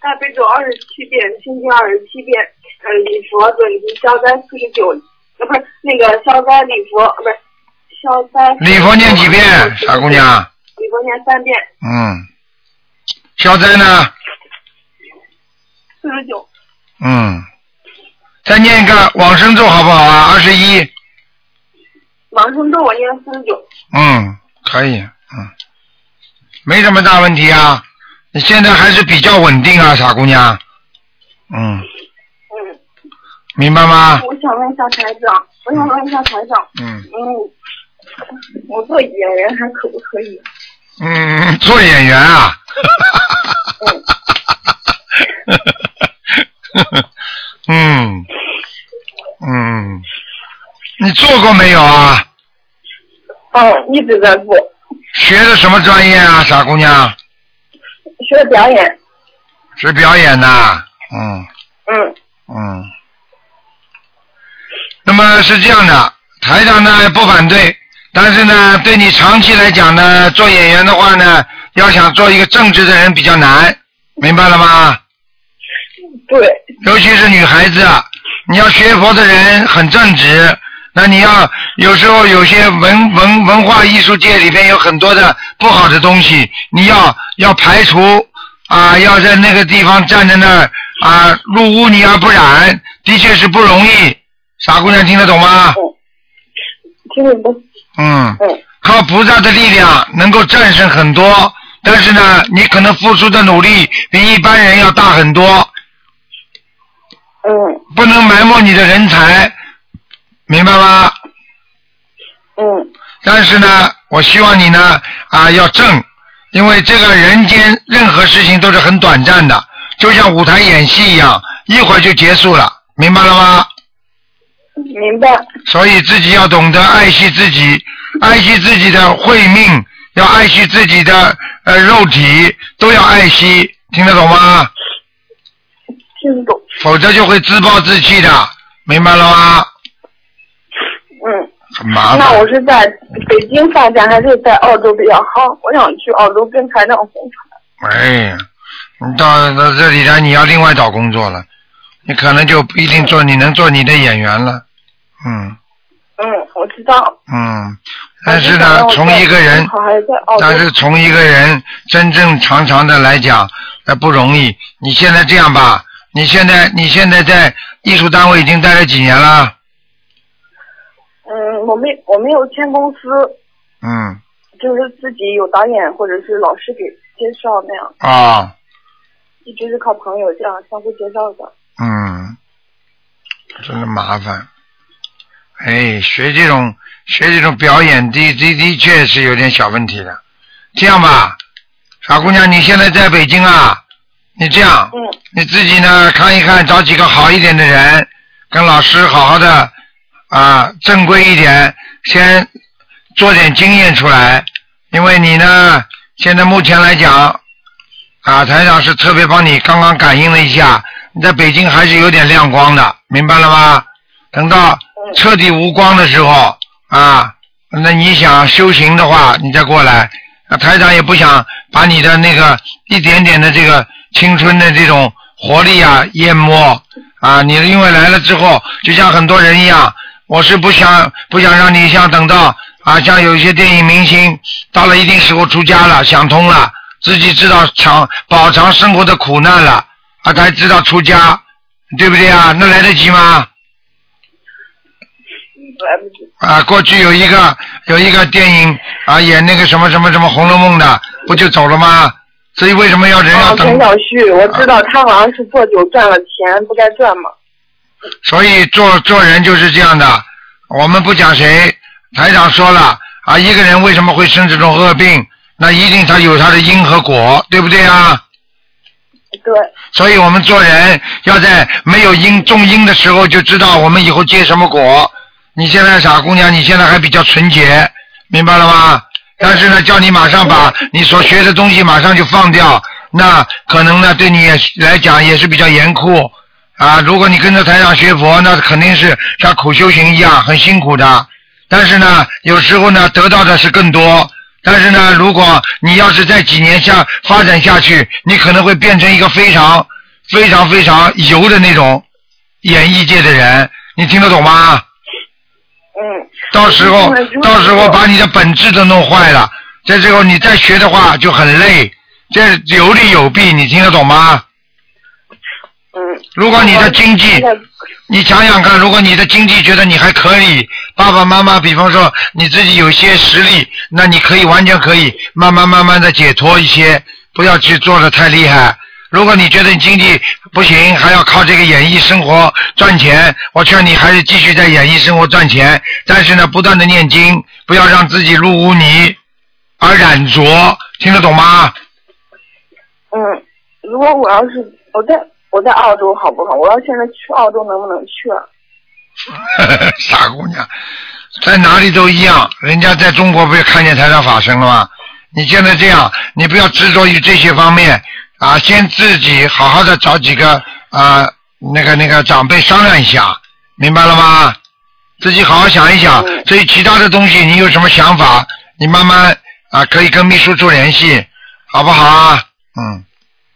Speaker 8: 大悲咒二十七遍，心经二十七遍，嗯，礼佛准提消灾四十九，呃，不是那个消灾礼佛，呃不是消灾。
Speaker 2: *laughs* 礼佛念几遍，傻姑？娘？
Speaker 8: 礼佛念三遍，
Speaker 2: 嗯，消灾呢？
Speaker 8: 四十九。
Speaker 2: 嗯，再念一个往生咒好不好啊？二十一，
Speaker 8: 往生咒我念四十九，
Speaker 2: 嗯，可以，嗯，没什么大问题啊。你现在还是比较稳定啊，傻姑娘，嗯，
Speaker 8: 嗯。
Speaker 2: 明白吗？
Speaker 8: 我想问一下台长，我想问一下台长，
Speaker 2: 嗯
Speaker 8: 嗯，我做演员还可不可以？
Speaker 2: 嗯，做演员啊。 *laughs* 嗯嗯，你做过没有啊？
Speaker 8: 嗯，一直在做，
Speaker 2: 学的什么专业啊，傻姑娘？
Speaker 8: 学表演，
Speaker 2: 学表演呐、嗯。
Speaker 8: 嗯
Speaker 2: 嗯，那么是这样的，台长呢不反对，但是呢，对你长期来讲呢，做演员的话呢，要想做一个正直的人比较难，明白了吗？
Speaker 8: 对，
Speaker 2: 尤其是女孩子，啊你要学佛的人很正直，那你要有时候有些文文文化艺术界里边有很多的不好的东西，你要要排除啊，要在那个地方站在那儿啊，入污泥而不染，的确是不容易。傻姑娘听得懂吗？
Speaker 8: 听得懂，
Speaker 2: 嗯，
Speaker 8: 嗯
Speaker 2: 靠菩萨的力量能够战胜很多，但是呢，你可能付出的努力比一般人要大很多。
Speaker 8: 嗯
Speaker 2: 不能埋没你的人才，明白吗？
Speaker 8: 嗯
Speaker 2: 但是呢，我希望你呢啊要正，因为这个人间任何事情都是很短暂的，就像舞台演戏一样，一会儿就结束了，明白了吗？
Speaker 8: 明白，
Speaker 2: 所以自己要懂得爱惜自己，爱惜自己的慧命，要爱惜自己的呃肉体，都要爱惜，听得懂吗？
Speaker 8: 听得懂，
Speaker 2: 否则就会自暴自弃的，明白了吗？
Speaker 8: 嗯。
Speaker 2: 很麻烦。
Speaker 8: 那我是在北京发展还是在澳洲比较好？我想去澳洲跟台长红
Speaker 2: 哎，你到到这里来，你要另外找工作了，你可能就不一定做，你能做你的演员了，嗯
Speaker 8: 嗯，我知道。
Speaker 2: 嗯，但是呢
Speaker 8: 我，知道
Speaker 2: 从一个人，
Speaker 8: 好还是在澳洲？
Speaker 2: 但是从一个人真正长长的来讲，那不容易。你现在这样吧，你现在你现在在艺术单位已经待了几年了，
Speaker 8: 嗯，我没我没有签公司，
Speaker 2: 嗯
Speaker 8: 就是自己有导演或者是老师给介绍那样，
Speaker 2: 啊、
Speaker 8: 一直是靠朋友这样相互介绍的。
Speaker 2: 嗯，真的麻烦。哎，学这种学这种表演的的的确是有点小问题的。这样吧，傻姑娘，你现在在北京啊？你这样，
Speaker 8: 嗯
Speaker 2: 你自己呢看一看，找几个好一点的人，跟老师好好的啊、正规一点，先做点经验出来。因为你呢，现在目前来讲，啊，台长是特别帮你刚刚感应了一下，你在北京还是有点亮光的，明白了吗？等到彻底无光的时候啊，那你想修行的话，你再过来。那台长也不想把你的那个一点点的这个青春的这种活力啊淹没啊，你因为来了之后，就像很多人一样，我是不想不想让你像等到啊，像有一些电影明星到了一定时候出家了，想通了，自己知道尝饱尝生活的苦难了，啊，才知道出家，对不对啊？那来得及吗？
Speaker 8: 来不及。
Speaker 2: 啊，过去有一个有一个电影啊，演那个什么什么什么《红楼梦》的，不就走了吗？所以为什么要人要
Speaker 8: 哦，
Speaker 2: 等啊
Speaker 8: 陈？小旭，我知道他好像是做酒赚了钱，不该赚嘛。
Speaker 2: 所以做做人就是这样的。我们不讲谁，台长说了啊，一个人为什么会生这种恶病，那一定他有他的因和果，对不对啊？
Speaker 8: 对，
Speaker 2: 所以我们做人要在没有因种因的时候就知道我们以后结什么果。你现在傻姑娘，你现在还比较纯洁，明白了吗？但是呢，叫你马上把你所学的东西马上就放掉，那可能呢对你也来讲也是比较严酷啊。如果你跟着台长学佛，那肯定是像苦修行一样很辛苦的。但是呢，有时候呢得到的是更多。但是呢，如果你要是在几年下发展下去，你可能会变成一个非常非常非常油的那种演艺界的人，你听得懂吗？
Speaker 8: 嗯，
Speaker 2: 到时候到时候把你的本质都弄坏了，在这时候你再学的话就很累，这有利有弊，你听得懂吗？
Speaker 8: 嗯。
Speaker 2: 如果你的经济，你想想看，如果你的经济觉得你还可以，爸爸妈妈，比方说你自己有些实力，那你可以完全可以慢慢慢慢的解脱一些，不要去做的太厉害。如果你觉得你经济不行，还要靠这个演艺生活赚钱，我劝你还是继续在演艺生活赚钱，但是呢，不断的念经，不要让自己入污泥而染浊，听得懂吗？
Speaker 8: 嗯，如果我要是我在我在澳洲好不好？我要现在去澳洲能不能去啊？
Speaker 2: *laughs* 傻姑娘，在哪里都一样，人家在中国不是看见台上法身了吗？你现在这样，你不要执着于这些方面啊，先自己好好的找几个啊、那个那个长辈商量一下，明白了吗？自己好好想一想，至于其他的东西，你有什么想法，你慢慢啊可以跟秘书处联系，好不好啊？嗯，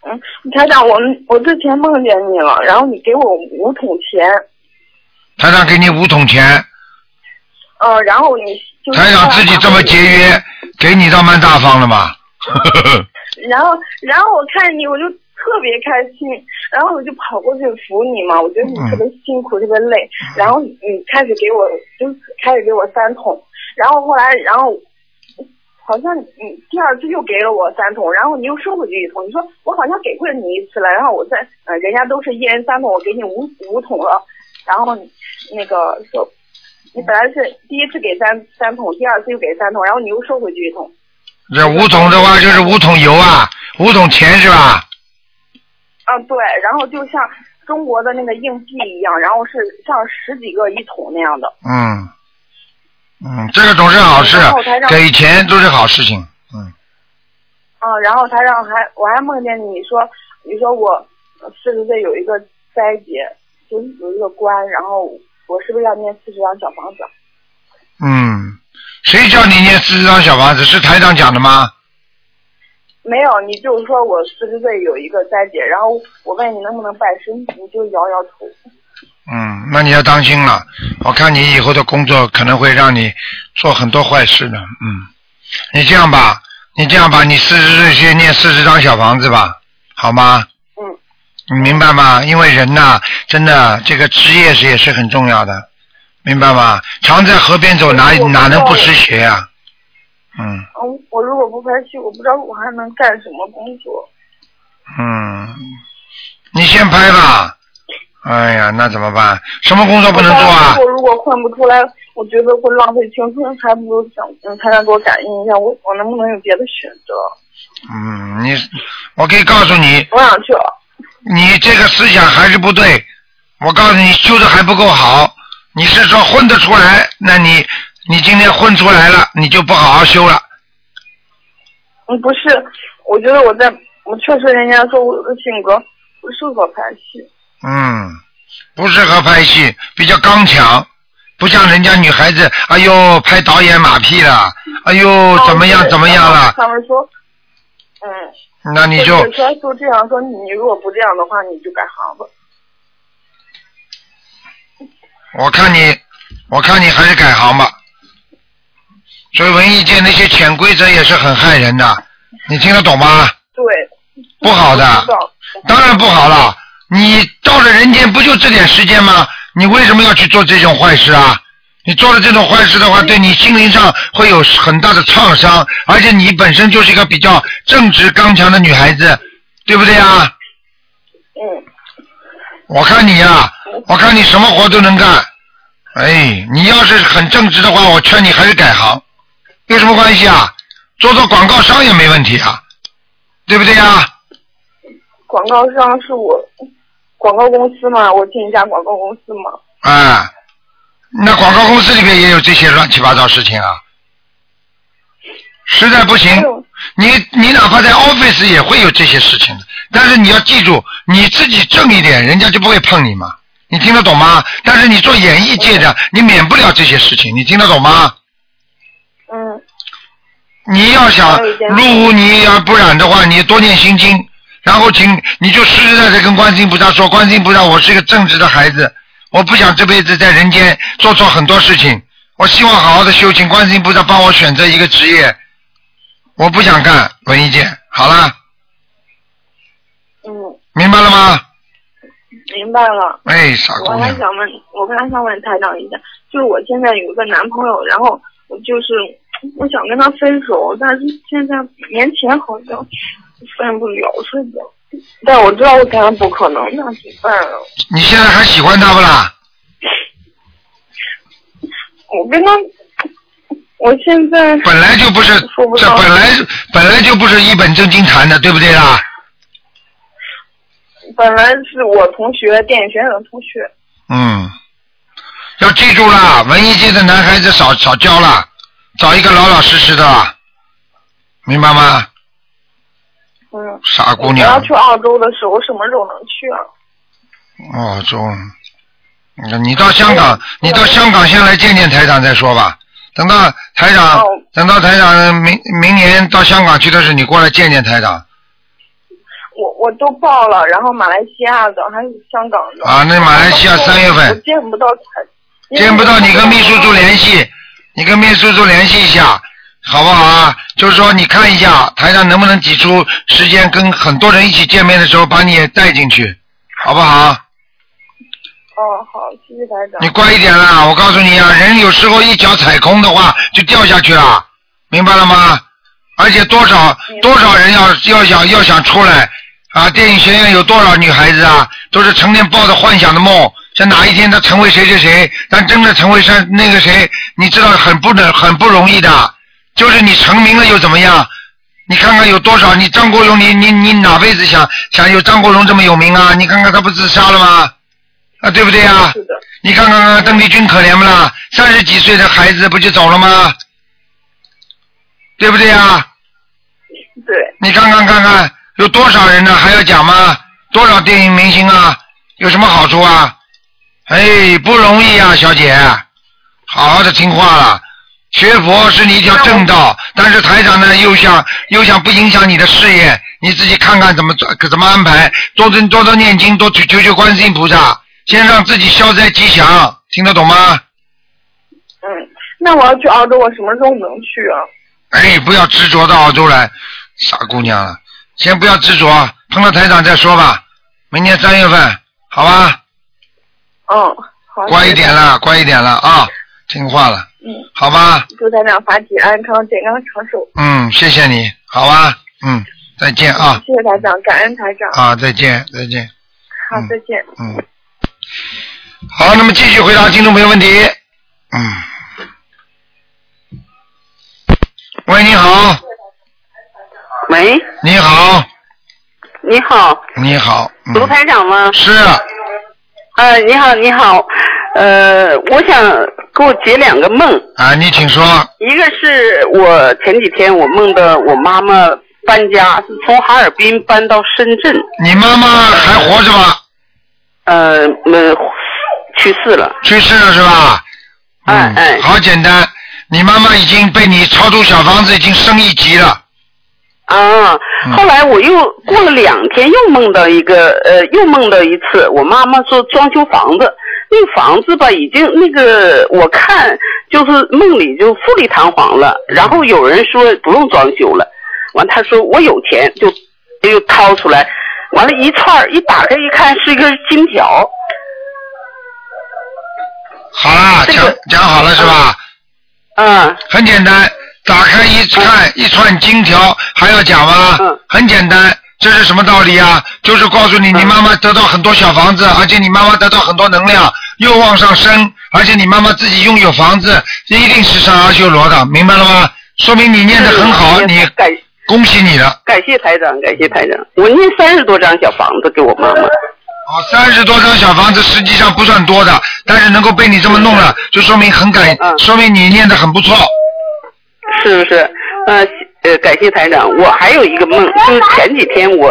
Speaker 8: 嗯，台长，我们我之前梦见你了，然后你给我五桶钱，
Speaker 2: 台长给你五桶钱，
Speaker 8: 呃，然后你就是啊
Speaker 2: 台长自己这么节约，给你倒蛮大方了嘛。 *laughs*
Speaker 8: 然后，然后我看你，我就特别开心，然后我就跑过去扶你嘛，我觉得你特别辛苦，特别累。然后你开始给我，就是开始给我三桶，然后后来，然后好像你第二次又给了我三桶，然后你又收回去一桶，你说我好像给过你一次了，然后我再，呃，人家都是一人三桶，我给你五五桶了，然后你那个说，你本来是第一次给三三桶，第二次又给三桶，然后你又收回去一桶。
Speaker 2: 这五桶的话就是五桶油啊，五桶钱是吧？
Speaker 8: 啊，对，然后就像中国的那个硬币一样，然后是像十几个一桶那样的。
Speaker 2: 嗯，嗯，这个总是好事
Speaker 8: 然后台，长
Speaker 2: 给钱都是好事情。嗯，
Speaker 8: 啊，然后他让还我还梦见你说，你说我四十岁有一个灾劫，就是有一个关，然后我是不是要念四十张小房子？
Speaker 2: 嗯，谁叫你念四十张小房子？是台长讲的吗？
Speaker 8: 没有，你就说我四十岁有一个灾劫，然后我问你能不能拜师，你就摇摇头。
Speaker 2: 嗯，那你要当心了。我看你以后的工作可能会让你做很多坏事的。嗯，你这样吧，你这样吧，你四十岁先念四十张小房子吧，好吗？
Speaker 8: 嗯。
Speaker 2: 你明白吗？因为人呐、真的这个职业是也是很重要的，明白吗？常在河边走，哪哪能不湿鞋啊？嗯
Speaker 8: 嗯，我如果不拍戏，我不知道我还能干什么工作。
Speaker 2: 嗯，你先拍吧。哎呀，那怎么办？什么工作不能做啊？
Speaker 8: 我如果混不出来，我觉得会浪费青春，还不如想嗯，他想给我感应一下，我我能不能有别的选择？
Speaker 2: 嗯，你，我可以告诉你，
Speaker 8: 我想去了。
Speaker 2: 你这个思想还是不对。我告诉你，修的还不够好。你是说混得出来？那你你今天混出来了，你就不好好修了。
Speaker 8: 嗯，不是，我觉得我在，我确实人家说我的性格不适合拍戏。
Speaker 2: 嗯，不适合拍戏，比较刚强，不像人家女孩子，哎呦拍导演马屁了，哎呦怎么样怎么样了
Speaker 8: 然后，他们说，嗯，
Speaker 2: 那你就
Speaker 8: 哦对对对就这样说，你如果不这样的话，你就改行吧。
Speaker 2: 我看你，我看你还是改行吧。所以文艺界那些潜规则也是很害人的，你听得懂吗？
Speaker 8: 对，
Speaker 2: 不好的
Speaker 8: 我知道
Speaker 2: 当然不好了。你到了人间不就这点时间吗？你为什么要去做这种坏事啊？你做了这种坏事的
Speaker 8: 嗯
Speaker 2: 话，对你心灵上会有很大的创伤，而且你本身就是一个比较正直刚强的女孩子，对不对啊？
Speaker 8: 嗯，
Speaker 2: 我看你呀、啊我看你什么活都能干。哎，你要是很正直的话，我劝你还是改行，有什么啊关系啊？做做广告商也没问题啊，对不对呀、
Speaker 8: 广告商是我广告公司嘛，我进一家广告公司嘛。
Speaker 2: 啊，那广告公司里面也有这些乱七八糟事情啊。实在不行，你你哪怕在 office 也会有这些事情的，但是你要记住，你自己正一点，人家就不会碰你嘛。你听得懂吗？但是你做演艺界的，你免不了这些事情，你听得懂吗？
Speaker 8: 嗯，
Speaker 2: 你
Speaker 8: 啊
Speaker 2: 要想入污泥而不染的话，你多念心经，然后请你就实实在在跟观世音菩萨说，观世音菩萨，我是一个正直的孩子，我不想这辈子在人间做错很多事情，我希望好好的修行，观世音菩萨帮我选择一个职业，我不想干文艺界，好啦，
Speaker 8: 嗯，
Speaker 2: 明白了吗？
Speaker 8: 明白了。
Speaker 2: 哎，傻
Speaker 8: 我
Speaker 2: 姑
Speaker 8: 还
Speaker 2: 娘，
Speaker 8: 想问，我还想问台长一下，就是我现在有一个男朋友，然后我就是我想跟他分手，但是现在年前好像分不了，是的。但我知道我肯定不可能，那怎么办啊？
Speaker 2: 你现在还喜欢他不啦？
Speaker 8: 我跟他，我现在
Speaker 2: 本来就不是，这本来本来就不是一本正经谈的，对不对啦？
Speaker 8: 本来是我同学，电影学院的同学，
Speaker 2: 嗯，要记住啦，文艺界的男孩子少少交啦，找一个老老实实的啦，明白吗？
Speaker 8: 嗯。
Speaker 2: 傻姑
Speaker 8: 我
Speaker 2: 娘啊
Speaker 8: 要，去澳洲的时候，什么时候能去啊？
Speaker 2: 哦，中，嗯你到香港，你到香港先来见见台长再说吧。等到台长，等到台长明明年到香港去的时候，你过来见见台长
Speaker 8: 我我都报了，然后马来西亚的还有香港的
Speaker 2: 啊。那马来西亚三月
Speaker 8: 我
Speaker 2: 份
Speaker 8: 见不到台，
Speaker 2: 见不到，你跟秘书处联系，你跟秘书处联系一下，好不好啊？就是说，你看一下台上能不能挤出时间，跟很多人一起见面的时候，把你也带进去，好不好？
Speaker 8: 哦，好，谢谢台长。
Speaker 2: 你乖一点啦！我告诉你啊，人有时候一脚踩空的话，就掉下去了，明白了吗？而且多少多少人要要想要想出来啊！电影学院有多少女孩子啊，都是成天抱着幻想的梦，想哪一天她成为谁谁谁，但真的成为上那个谁，你知道很不能很不容易的。就是你成名了又怎么样？你看看有多少？你张国荣，你你你哪辈子想想有张国荣这么有名啊？你看看他不自杀了吗？啊，对不对啊？
Speaker 8: 嗯是的。
Speaker 2: 你看看看邓丽君可怜不啦？三十几岁的孩子不就走了吗？对不对啊？
Speaker 8: 对。
Speaker 2: 你看看看看，有多少人呢？还要讲吗？多少电影明星啊？有什么好处啊？哎，不容易啊，小姐，好好的听话了。学佛是你一条正道，但是台长呢又想又想不影响你的事业，你自己看看怎么做怎么安排，多多多多念经，多求求求观世音菩萨，先让自己消灾吉祥，听得懂吗？
Speaker 8: 嗯，那我要去澳洲，我什么时候能去啊？
Speaker 2: 哎，不要执着到澳洲来，傻姑娘了，先不要执着，碰到台长再说吧。明年三月份，好吧，
Speaker 8: 嗯，好。
Speaker 2: 乖一点啦，乖一点啦啊，听话了，
Speaker 8: 谢谢。嗯，
Speaker 2: 好吧，
Speaker 8: 祝台长法体安康，健康长寿。
Speaker 2: 嗯，谢谢你，好吧，嗯，再见啊，
Speaker 8: 谢谢台长，感恩台长。
Speaker 2: 啊，再见，再见，
Speaker 8: 好，再见。
Speaker 2: 嗯，好，那么继续回答听众朋友问题，嗯，喂，你好，
Speaker 9: 喂，
Speaker 2: 你好，
Speaker 9: 你好，
Speaker 2: 你好，嗯
Speaker 9: 卢台长吗？
Speaker 2: 是。
Speaker 9: 呃，你好，你好，呃，我想给我解两个梦，
Speaker 2: 啊，你请说，
Speaker 9: 一个是我前几天我梦到我妈妈搬家，是从哈尔滨搬到深圳。
Speaker 2: 你妈妈还活着吗？
Speaker 9: 呃，呃，去世了。
Speaker 2: 去世了是吧？嗯，好简单，你妈妈已经被你超度小房子已经升一级了，
Speaker 9: 啊，后来我又过了两天，又梦到一个，呃，又梦到一次，我妈妈说装修房子，那个房子吧，已经那个我看就是梦里就富丽堂皇了，然后有人说不用装修了，完她说我有钱，就就掏出来，完了一串儿一打开一看是一根金条，
Speaker 2: 好啦，讲讲好了是吧？
Speaker 9: 嗯。
Speaker 2: 很简单，打开一看一串金条，还要讲吗？嗯。很简单，这是什么道理啊？就是告诉你，你妈妈得到很多小房子，而且你妈妈得到很多能量，又往上升，而且你妈妈自己拥有房子，一定是上阿修罗的，明白了吗？说明你念得很好，你
Speaker 9: 感
Speaker 2: 恭喜你了，
Speaker 9: 感谢台长，感谢台长，我念三十多张小房子给我妈妈。
Speaker 2: 啊，三十多张小房子实际上不算多的，但是能够被你这么弄了，
Speaker 9: 嗯
Speaker 2: 就说明很感，说明你念的很不错。啊
Speaker 9: 是不是？呃呃，感谢台长。我还有一个梦，就是前几天我，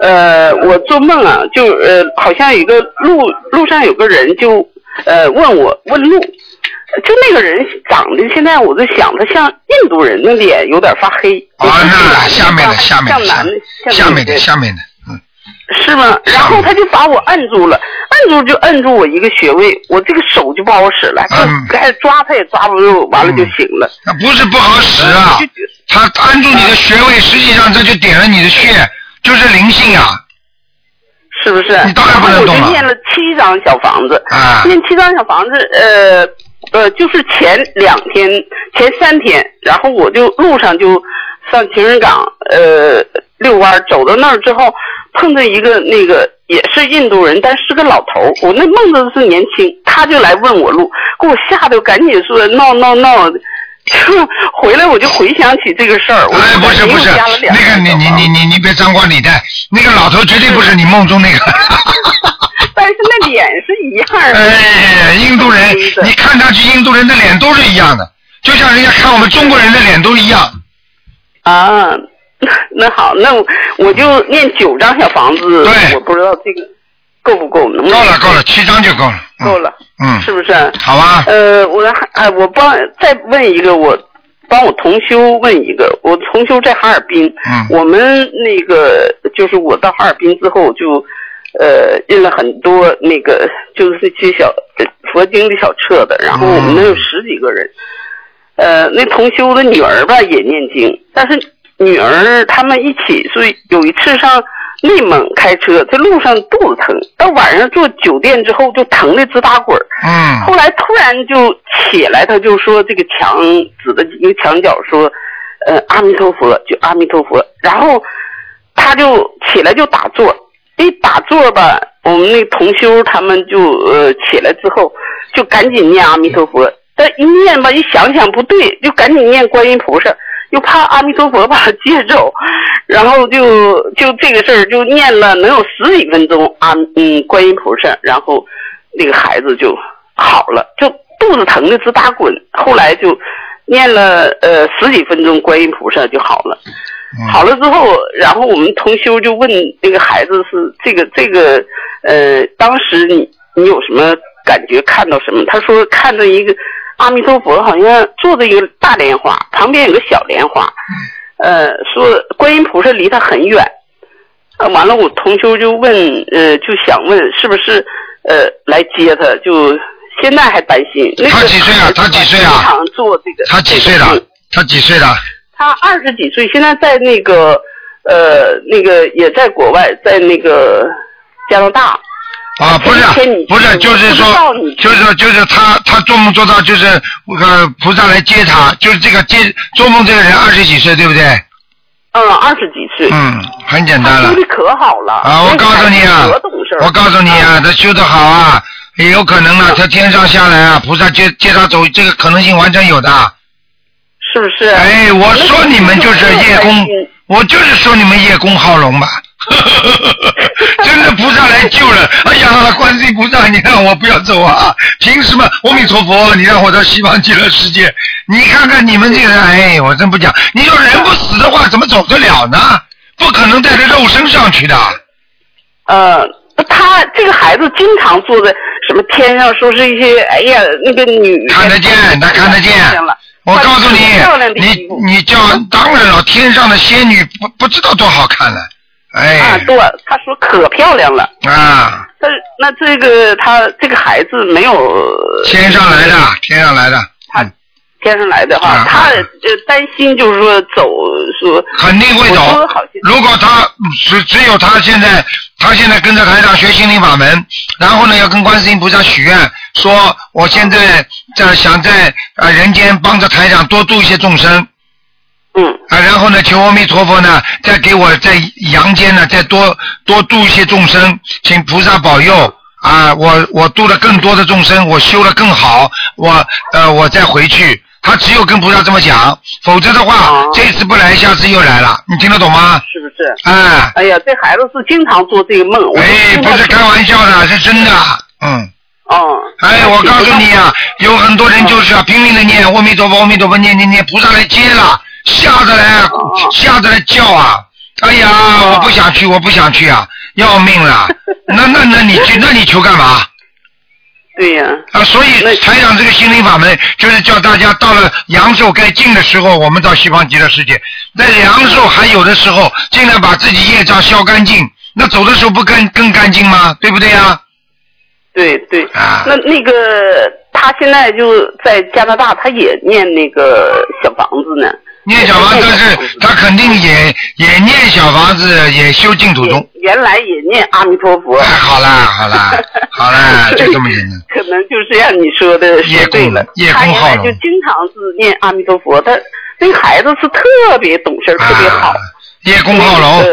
Speaker 9: 呃，我做梦啊，就呃，好像有一个路路上有个人就呃问我问路，就那个人长得现在我就想他像印度人的脸，有点发黑。
Speaker 2: 啊，那下面的下面的
Speaker 9: 嗯像男的
Speaker 2: 下
Speaker 9: 像
Speaker 2: 面
Speaker 9: 女
Speaker 2: 的
Speaker 9: 的
Speaker 2: 下面的，
Speaker 9: 是吗？然后他就把我摁住了，摁住就摁住我一个穴位，我这个手就不好使了，开始抓他也抓不住，完了就醒了。
Speaker 2: 那不是不好使
Speaker 9: 嗯
Speaker 2: 啊，他按住你的穴位，实际上这就点了你的穴，就是灵性啊。
Speaker 9: 是不是？
Speaker 2: 你当然不能
Speaker 9: 我就
Speaker 2: 动了
Speaker 9: 念了七张小房子，
Speaker 2: 啊
Speaker 9: 念七张小房子，呃呃，就是前两天、前三天，然后我就路上就上情人港呃遛弯儿，走到那儿之后碰到一个那个也是印度人，但是个老头儿，我那梦到的是年轻，他就来问我路，给我吓得赶紧说闹闹闹。 *laughs* 回来我就回想起这个事儿，我
Speaker 2: 哎，不是不是
Speaker 9: 又加了，两
Speaker 2: 那个你你你你你别张冠李戴，那个老头绝对不是你梦中那个。
Speaker 9: *laughs* 但是那脸是一样的。
Speaker 2: 哎，印度人，你看上去印度人的脸都是一样的，就像人家看我们中国人的脸都一样。
Speaker 9: 啊， *laughs* 那好，那我我就念九张小房子，我不知道这个够不够，能不能
Speaker 2: 够了够了，七张就够了。
Speaker 9: 够了，
Speaker 2: 嗯
Speaker 9: 是不是？
Speaker 2: 好吧。
Speaker 9: 呃，我还哎，我帮再问一个，我帮我同修问一个，我同修在哈尔滨，
Speaker 2: 嗯
Speaker 9: 我们那个就是我到哈尔滨之后就。呃，印了很多那个就是那些小呃佛经的小册子，然后我
Speaker 2: 嗯
Speaker 9: 们那有十几个人，呃，那同修的女儿吧也念经，但是女儿他们一起是有一次上内蒙开车，在路上肚子疼，到晚上坐酒店之后就疼的直打滚儿。
Speaker 2: 嗯
Speaker 9: 后来突然就起来，他就说这个墙指着一个墙角说，呃，阿弥陀佛，就阿弥陀佛。然后他就起来就打坐，一打坐吧，我们那同修他们就呃起来之后就赶紧念阿弥陀佛，但一念吧一想想不对，就赶紧念观音菩萨，又怕阿弥陀佛把他接走， *laughs* 然后就就这个事儿就念了能有十几分钟啊嗯观音菩萨，然后那个孩子就好了，就肚子疼的直打滚，后来就念了呃十几分钟观音菩萨就好了。
Speaker 2: 嗯
Speaker 9: 好了之后，然后我们同修就问那个孩子是这个这个呃，当时你你有什么感觉？看到什么？他说看到一个阿弥陀佛，好像坐着一个大莲花，旁边有个小莲花。
Speaker 2: 嗯
Speaker 9: 呃，说观音菩萨离他很远。呃，完了，我同修就问，呃，就想问是不是呃来接他？就现在还担心。那个、
Speaker 2: 他几岁啊？他几岁啊？
Speaker 9: 做这个。
Speaker 2: 他几岁了？他几岁了？
Speaker 9: 他二十几岁，现在在那个呃那个也在国外，在那个加拿大。
Speaker 2: 啊，不是啊不是，就是说，就是说，就是他他做梦做到就是呃菩萨来接他，就是这个接做梦这个人二十几岁，对不对？
Speaker 9: 嗯，二十几岁。
Speaker 2: 嗯，很简单
Speaker 9: 他。
Speaker 2: 了
Speaker 9: 修的可好了。
Speaker 2: 啊，我告诉你啊
Speaker 9: 那个孩子可懂事儿，
Speaker 2: 我告诉你啊，他修得好啊，也有可能啊，他天上下来啊，菩萨接接他走，这个可能性完全有的。
Speaker 9: 是不是？
Speaker 2: 哎，我说你们就是叶公，我就是说你们叶公好龙 *laughs* 吧。真的菩萨来救了，哎呀，观世音菩萨，你让我不要走啊！凭什么？阿弥陀佛，你让我到西方极乐世界？你看看你们这个人，哎，我真不讲，你说人不死的话，怎么走得了呢？不可能带着肉身上去的。
Speaker 9: 呃，他这个孩子经常坐在什么天上，说是一些哎呀那个女看嗯得见，
Speaker 2: 他看得见。我告诉你
Speaker 9: 漂亮，的
Speaker 2: 你你叫当然了，天上的仙女不不知道多好看了，哎。
Speaker 9: 啊，对，他说可漂亮了。
Speaker 2: 啊，
Speaker 9: 但是那这个他这个孩子没有
Speaker 2: 天上来的，天上来的，嗯
Speaker 9: 天上来的哈，
Speaker 2: 啊
Speaker 9: 他呃担心就是说走说
Speaker 2: 肯定会
Speaker 9: 我说
Speaker 2: 走
Speaker 9: 好。
Speaker 2: 如果他只只有他现在，他现在跟着台长学心灵法门，然后呢要跟观世音菩萨许愿，说我现在在想在呃人间帮着台长多度一些众生。
Speaker 9: 嗯。
Speaker 2: 啊，然后呢，求阿弥陀佛呢，再给我在阳间呢，再多多度一些众生，请菩萨保佑。啊，我我度了更多的众生，我修了更好，我呃我再回去，他只有跟菩萨这么讲，否则的话，这次不来，下次又来了，你听得懂吗？
Speaker 9: 哦是不是？
Speaker 2: 哎，
Speaker 9: 哎呀，这孩子是经常做这个梦。哎，
Speaker 2: 不是开玩笑的，是真的。嗯。
Speaker 9: 哦。
Speaker 2: 哎，我告诉你啊，有很多人就是啊，拼命的念阿弥陀佛，阿弥陀佛，念念念，菩萨来接了，吓得来，啊
Speaker 9: 哦
Speaker 2: 吓得来叫啊！哎呀，我不想去，我不想去啊，要
Speaker 9: *laughs*
Speaker 2: 命了！那那那你去，那你求干嘛？
Speaker 9: 对呀、
Speaker 2: 啊，所以台长这个心灵法门，就是叫大家到了阳寿该尽的时候，我们到西方极乐世界；在阳寿还有的时候，尽量把自己业障消干净。那走的时候不更更干净吗？对不对呀、
Speaker 9: 对对。
Speaker 2: 啊。
Speaker 9: 那那个他现在就在加拿大，他也念那个小房子呢，
Speaker 2: 念小房子，但是他肯定也也念小房子，也修净土宗。
Speaker 9: 原来也念阿弥陀佛。
Speaker 2: 哎好啦，
Speaker 9: *laughs*
Speaker 2: 好啦，好啦，就这么简单。
Speaker 9: 可能就是像你说的，说对了。
Speaker 2: 叶
Speaker 9: 他
Speaker 2: 公
Speaker 9: 原
Speaker 2: 好
Speaker 9: 来
Speaker 2: 龙
Speaker 9: 就经常是念阿弥陀佛，他那孩子是特别懂事儿，特别好。
Speaker 2: 叶公啊好龙
Speaker 9: 呃，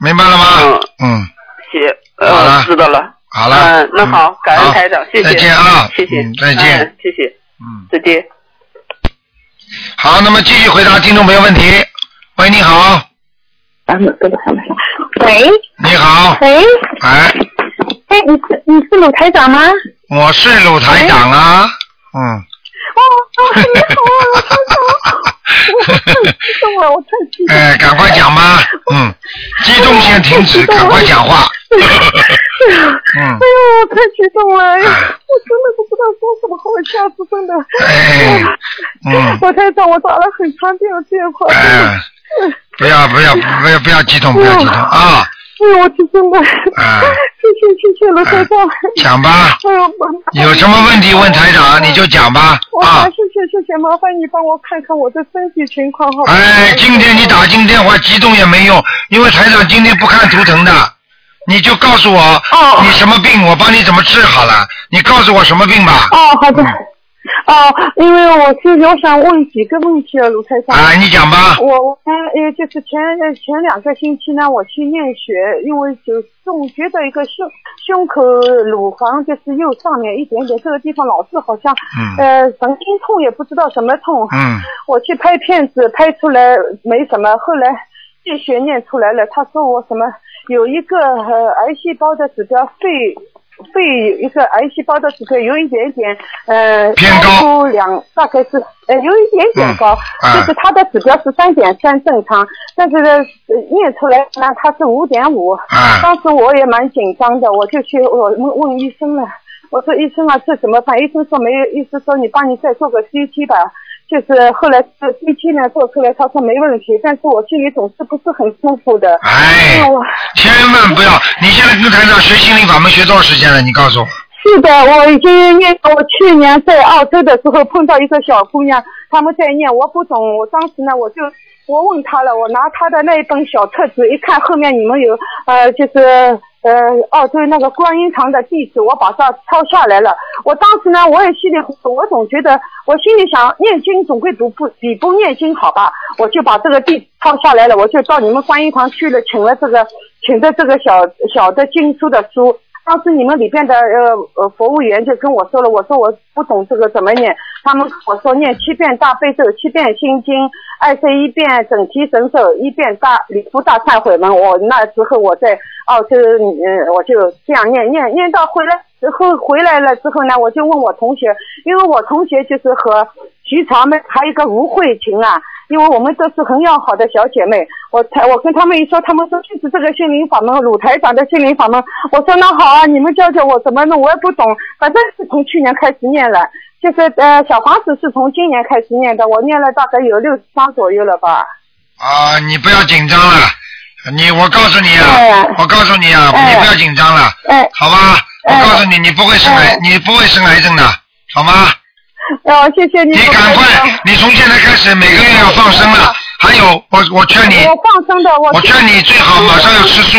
Speaker 2: 明白了吗？嗯，
Speaker 9: 写
Speaker 2: 好
Speaker 9: 呃
Speaker 2: 了
Speaker 9: 知道了。
Speaker 2: 好了
Speaker 9: 嗯，那好，感恩台长，谢谢。
Speaker 2: 再见啊
Speaker 9: 谢谢
Speaker 2: 嗯，再见
Speaker 9: 嗯，谢谢，
Speaker 2: 嗯，
Speaker 9: 再见。
Speaker 2: 好，那么继续回答听众朋友问题。喂，你
Speaker 9: 啊
Speaker 2: 好，
Speaker 10: 喂，
Speaker 2: 你好，
Speaker 10: 喂，
Speaker 2: 哎，
Speaker 10: 哎，你是你是鲁台长吗？哦，
Speaker 2: 我是鲁台长啊，
Speaker 9: 哎
Speaker 2: 嗯，
Speaker 10: 哦你好啊，鲁台长，我太激动 *laughs* 了，我太激动了。
Speaker 2: 哎，赶快讲吧，嗯，激动先停
Speaker 10: *laughs*
Speaker 2: 止，赶快讲话，
Speaker 10: 哎
Speaker 2: 嗯
Speaker 10: 呦，我太激动了，哎呀，我真的不知道说什么好，我下次真的， *laughs*
Speaker 2: 哎，嗯，
Speaker 10: 我台长，我打了很长电电话， *laughs*
Speaker 2: 哎，不要不要不要不要激动，不要激动啊，
Speaker 10: 哎，我是真的，
Speaker 2: 啊
Speaker 10: *laughs* 谢谢谢谢卢台长，
Speaker 2: 讲吧，
Speaker 10: *laughs* 哎呦，
Speaker 2: 有什么问题问台长你就讲吧，
Speaker 10: 啊我
Speaker 2: 啊
Speaker 10: 啊，谢谢谢谢，麻烦你帮我看看我的身体情况好吗？
Speaker 2: 哎，今天你打进电话激动也没用，因为台长今天不看图腾的，你就告诉我
Speaker 10: 哦
Speaker 2: 你什么病，我帮你怎么治好了。你告诉我什么病吧？嗯
Speaker 10: 哦，好的。哦，因为我是我想问几个问题啊，卢台长。
Speaker 2: 啊你讲吧
Speaker 10: 我我呃，就是前呃前两个星期呢，我去验血，因为就总觉得一个胸胸口乳房就是右上面一点点这个地方老是好像、
Speaker 11: 嗯
Speaker 10: 呃神经痛，也不知道什么痛。
Speaker 11: 嗯
Speaker 10: *laughs* 我去拍片子，拍出来没什么，后来验血验出来了，他说我什么有一个呃癌细胞的指标肺肺有一个癌细胞的指标有一点点呃
Speaker 11: 偏
Speaker 10: 高出两大概是呃有一点点高，
Speaker 11: 嗯啊
Speaker 10: 就是它的指标是三点三正常，但是呢呃验出来呢它是五点五，当时我也蛮紧张的，我就去我问问医生了。我说医生啊，这怎么办？医生说没有，医生说你帮你再做个 CT 吧。就是后来这 CT 呢做出来，他说没问题，但是我心里总是不是很舒服的。
Speaker 2: 哎，
Speaker 10: 我
Speaker 2: 千万不要！你现在跟台长学心灵法门学多少时间了？你告诉我。
Speaker 10: 是的，我已经念。我去年在澳洲的时候碰到一个小姑娘，她们在念，我不懂。我当时呢，我就我问她了，我拿她的那一本小册子一看，后面你们有呃，就是呃澳洲那个观音堂的地址，我把它抄下来了。我当时呢，我也心里我总觉得，我心里想念经总归不不比不念经好吧，我就把这个地址抄下来了，我就到你们观音堂去了，请了这个请的这个小小的经书的书。当时你们里边的呃呃服务员就跟我说了，我说我不懂这个怎么念，他们跟我说念七遍大悲咒，七遍心经，二十一遍整提神咒，一遍大礼佛大忏悔文。我那时候我在澳洲，嗯，我就这样念念念到回来之后回来了之后呢，我就问我同学，因为我同学就是和徐长妹还有一个吴慧琴啊，因为我们都是很要好的小姐妹，我才我跟他们一说，他们说就是这个心灵法门，鲁台长的心灵法门。我说那好啊，你们教教我怎么弄，我也不懂，反正是从去年开始念了，就是呃小房子是从今年开始念的，我念了大概有六十章左右了吧。
Speaker 2: 啊，你不要紧张了，你我告诉你
Speaker 10: 哎
Speaker 2: 啊，我告诉你啊，你不要紧张了，好吧？我
Speaker 10: 哎
Speaker 2: 告诉你，你不会生癌，你不会生癌症的，好吗？
Speaker 10: 哦，谢谢你。
Speaker 2: 你赶快，你从现在开始每个月要放生
Speaker 10: 哦
Speaker 2: 了。还有，我我劝你，
Speaker 10: 我放生的，我
Speaker 2: 我劝你最好马上要吃素。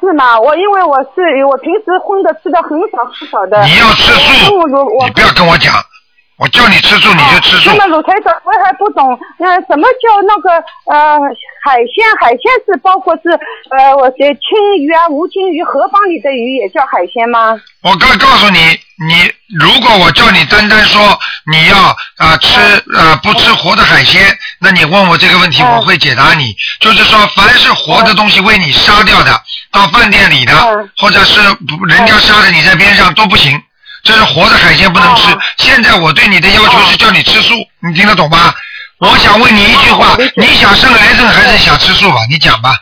Speaker 10: 是吗？我因为我是我平时荤的吃的很少很少的。
Speaker 2: 你要吃素
Speaker 10: 我我我
Speaker 2: 你不要跟我讲，我叫你吃素你就吃素
Speaker 10: 哦那。么鲁台长，我还不懂，那什么叫那个呃海鲜？海鲜是包括是呃我这青鱼啊、无金鱼、河蚌里的鱼也叫海鲜吗？
Speaker 2: 哦我刚告诉你，你如果我叫你单单说你要啊、吃啊、不吃活的海鲜，那你问我这个问
Speaker 10: 哦
Speaker 2: 题，我会解答你。就是说，凡是活的东西为你杀掉的，到饭店里
Speaker 10: 哦
Speaker 2: 的，或者是不人家杀的你在边上都不行，这是活的海鲜不能
Speaker 10: 哦
Speaker 2: 吃。现在我对你的要求是叫你吃素，你听得懂吗？我想问你一句
Speaker 10: 哦
Speaker 2: 话，你想生癌症还是想吃素吧？你讲吧。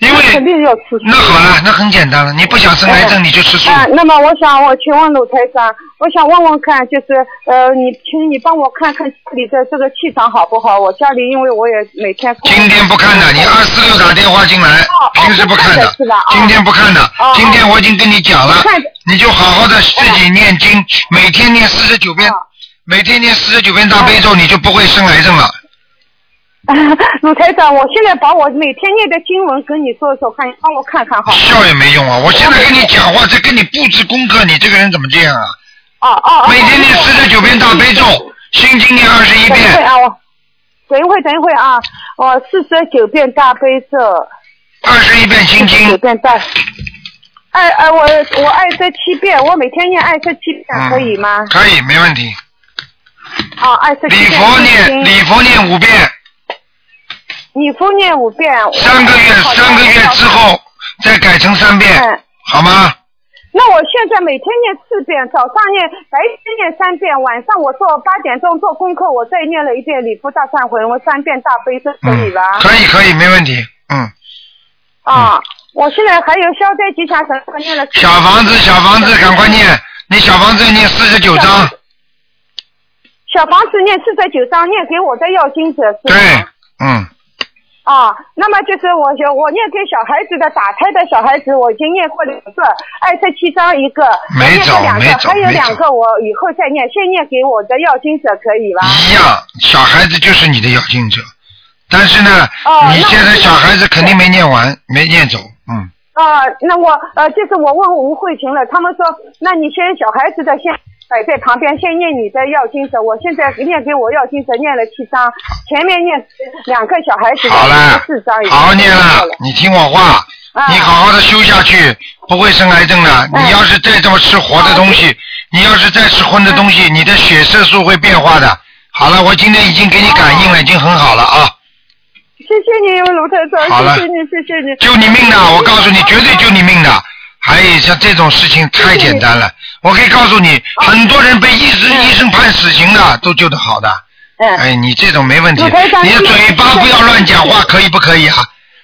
Speaker 2: 因为肯
Speaker 10: 定要吃。
Speaker 2: 那好了，那很简单了，你不想生癌症你就吃素。
Speaker 10: 啊，那么我想我请问鲁台长，我想问问看，就是呃，你请你帮我看看家里的这个气场好不好？我家里因为我也每天
Speaker 2: 今天不看的，你
Speaker 10: 哦
Speaker 2: 二四六打电话进来，平时不看的，今天不看的，
Speaker 10: 哦
Speaker 2: 今天我已经跟你讲了，你就好好的自
Speaker 10: 哎
Speaker 2: 己念经，每天念四十九
Speaker 10: 哦
Speaker 2: 遍，每天念四十九遍大悲咒，你就不会生癌症了。
Speaker 10: *laughs* 鲁台长，我现在把我每天念的经文跟你说一说，看你帮我看看好吗？
Speaker 2: 笑也没用啊！我现在跟你讲话，在跟你布置功课，你这个人怎么这样啊？
Speaker 10: 哦哦哦！
Speaker 2: 每天念四十九遍大悲咒，心经念二十一
Speaker 10: 等一会
Speaker 2: 遍，
Speaker 10: 啊，我等一会等一会啊，我四十九遍大悲咒，
Speaker 2: 二十一遍心经，
Speaker 10: 九遍大，二呃我我二十七遍，我每天念二十七遍、可以吗？
Speaker 2: 嗯可以没问题。
Speaker 10: 啊，二十七
Speaker 2: 礼
Speaker 10: 遍
Speaker 2: 佛
Speaker 10: 心
Speaker 2: 念
Speaker 10: 经
Speaker 2: 礼佛念五遍，
Speaker 10: 礼佛念五遍，我嗯
Speaker 2: 三个月三个月之后再改成三遍，好吗？
Speaker 10: 那我现在每天念四遍，早上念白天念三遍，晚上我做八点钟做功课，我再念了一遍礼佛大忏悔文三遍大悲咒，可以吧？
Speaker 2: 嗯可以可以没问题，嗯。
Speaker 10: 啊，我现在还有消灾吉祥神咒念了。
Speaker 2: 小房子小房子赶快念，你小房子念四十九章，
Speaker 10: 小房子念四十九章，念给我的要经者是。对。
Speaker 2: 嗯。
Speaker 10: 啊，那么就是我有我念给小孩子的打胎的小孩子，我已经念过两个，二十七章一个，我
Speaker 2: 没
Speaker 10: 念
Speaker 2: 走
Speaker 10: 过两个
Speaker 2: 没，走
Speaker 10: 还有
Speaker 2: 没
Speaker 10: 两个我以后再念，先念给我的要经者可以吧？
Speaker 2: 一样，小孩子就是你的要经者，但是呢，
Speaker 10: 哦
Speaker 2: 你
Speaker 10: 那
Speaker 2: 现
Speaker 10: 我
Speaker 2: 在
Speaker 10: 知道
Speaker 2: 小孩子肯定没念完，没念走，嗯。
Speaker 10: 啊，那我呃，就是我问吴慧琴了，他们说，那你先小孩子的先摆在旁边，先念你的要经者。我现在念给我要经者念了七章，前面念两个小孩子的
Speaker 2: 好了
Speaker 10: 四章，已经
Speaker 2: 好好念
Speaker 10: 念
Speaker 2: 了
Speaker 10: 过了，
Speaker 2: 啊你听我话，
Speaker 10: 啊
Speaker 2: 你好好的修下去，不会生癌症的。
Speaker 10: 嗯
Speaker 2: 你要是再这么吃活的东西，你要是再吃荤的东
Speaker 10: 嗯
Speaker 2: 西，你的血色素会变化的。好了，我今天已经给你感
Speaker 10: 哦
Speaker 2: 应了，已经很好了啊，
Speaker 10: 谢谢你，卢台
Speaker 2: 好
Speaker 10: 长，
Speaker 2: 了
Speaker 10: 谢谢你，谢谢你，
Speaker 2: 救你命的！我告诉你，绝对救你命的。还有像这种事情太简单了，我可以告诉你，很多人被医
Speaker 10: 嗯
Speaker 2: 生医生判死刑的都救得好的。哎，你这种没问题，
Speaker 11: 我台长
Speaker 2: 你的嘴巴不要乱讲话，可以不可以啊？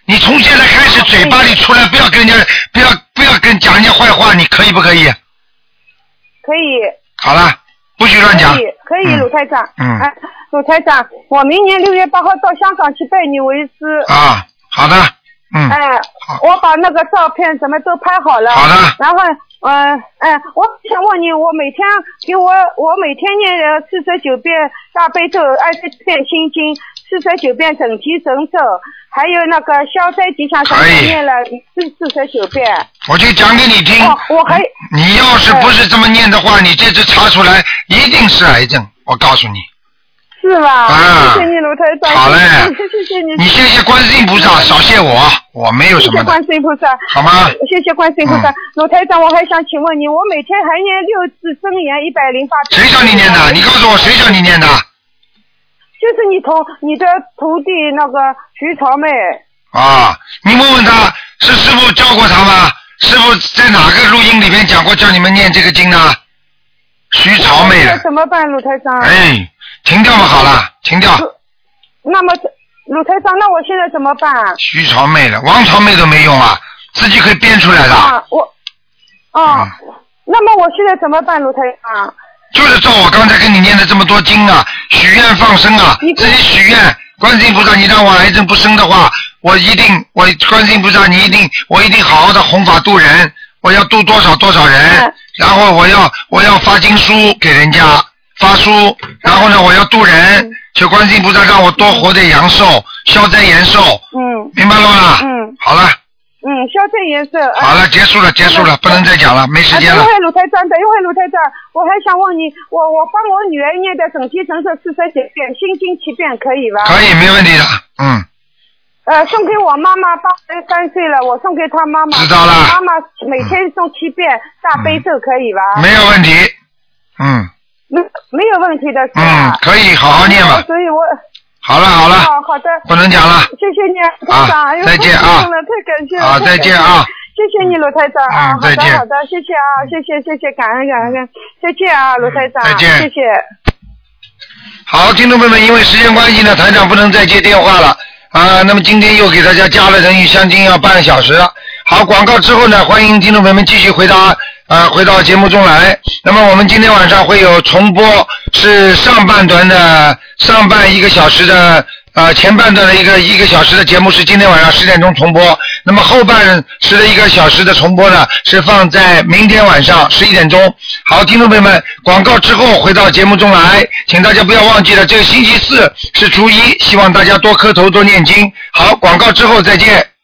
Speaker 2: 你从现在开始嘴巴里出来不要跟人家不要不要跟讲人家坏话，你可以不可以？
Speaker 10: 可以。
Speaker 2: 好了，不许乱讲
Speaker 10: 可。以，可以，鲁台长。
Speaker 2: 嗯
Speaker 10: 哎，鲁台长，我明年六月八号到香港去拜你为师。
Speaker 2: 啊，好的，嗯，
Speaker 10: 哎，我把那个照片什么都拍好了。
Speaker 2: 好的。
Speaker 10: 然后，嗯、哎，我想问你，我每天给我，我每天念四十九遍大悲咒，二十七遍心经，四十九遍整提神咒，还有那个消灾吉祥神咒念了四四十九遍。
Speaker 2: 我就讲给你听。
Speaker 10: 哦我嗯还
Speaker 2: 你要是不是这么念的话，你这次查出来一定是癌症，我告诉你。
Speaker 10: 是吧？
Speaker 2: 啊
Speaker 10: 谢谢你，卢台长。
Speaker 2: 好嘞
Speaker 10: 谢谢谢谢你。
Speaker 2: 你谢谢观世音菩萨，少谢我，我没有
Speaker 10: 谢
Speaker 2: 什么
Speaker 10: 谢
Speaker 2: 的。
Speaker 10: 观世音菩萨，
Speaker 2: 好吗嗯
Speaker 10: 谢谢观世音菩萨，鲁台长，我还想请问你，我每天还念六字真言一百零八遍，
Speaker 2: 谁叫你念的？你告诉我谁叫你念的？
Speaker 10: 就是你同你的徒弟那个徐朝妹，
Speaker 2: 啊，你问问他是师傅教过他吗？师傅在哪个录音里面讲过叫你们念这个经呢？徐朝妹
Speaker 10: 那
Speaker 2: 了，
Speaker 10: 怎么办，鲁台长？
Speaker 2: 哎，停掉嘛，好了，停掉。
Speaker 10: 那么鲁台长，那我现在怎么办？
Speaker 2: 徐朝妹了，王朝妹都没用啊，自己可以编出来的，
Speaker 10: 啊，我，啊，那么我现在怎么办，鲁台长？
Speaker 2: 就是照我刚才跟你念的这么多经啊，许愿放生啊，自己许愿，观世音菩萨，你让我癌症不生的话，我一定，我观世音菩萨，你一定，我一定好好的弘法度人，我要度多少多少人，然后我要我要发经书给人家发书，然后呢，我要度人，求观世音菩萨让我多活点阳寿，消灾延寿，
Speaker 10: 嗯，
Speaker 2: 明白了吗？
Speaker 10: 嗯
Speaker 2: 好了，
Speaker 10: 嗯，消这颜色。哎
Speaker 2: 好了，结束了，结束了，不能再讲了，没时间了
Speaker 10: 呃啊等一。会儿鲁台长，等一会儿鲁台长，我还想问你，我我帮我女儿念的整体神咒四十九遍，心经七遍，可以吧？
Speaker 2: 可以，没问题的。嗯，
Speaker 10: 呃，送给我妈妈，八十三岁了，我送给她妈妈。知道了。妈妈每天送七遍大悲咒，可以吧？
Speaker 2: 没有问题。嗯，
Speaker 10: 没没有问题的是吧？
Speaker 2: 嗯可以好好念吧
Speaker 10: 所以我。
Speaker 2: 好了好了
Speaker 10: 哦，好的。
Speaker 2: 不能讲了
Speaker 10: 谢谢你，台长。
Speaker 2: 啊
Speaker 10: 哎呦
Speaker 2: 再见啊
Speaker 10: 太感动了，太感谢了。太
Speaker 2: 啊
Speaker 10: 感
Speaker 2: 再见啊
Speaker 10: 谢了。谢谢你，罗台长啊！
Speaker 2: 嗯
Speaker 10: 好
Speaker 2: 再
Speaker 10: 的，
Speaker 2: 见
Speaker 10: 好的，谢谢啊，谢谢，谢谢，感恩，感恩，再见啊，罗台长，
Speaker 2: 嗯再见
Speaker 10: 谢谢。
Speaker 2: 好，听众朋友们，因为时间关系呢，台长不能再接电话了啊。那么今天又给大家加了人鱼相亲要半个小时了。好，广告之后呢，欢迎听众朋友们继续回答啊，回到节目中来。那么我们今天晚上会有重播，是上半段的上半一个小时的。啊，前半段的一个一个小时的节目是今天晚上十点钟重播，那么后半时的一个小时的重播呢是放在明天晚上十一点钟。好，听众朋友们，广告之后回到节目中来，请大家不要忘记了，这个星期四是初一，希望大家多磕头多念经。好，广告之后再见。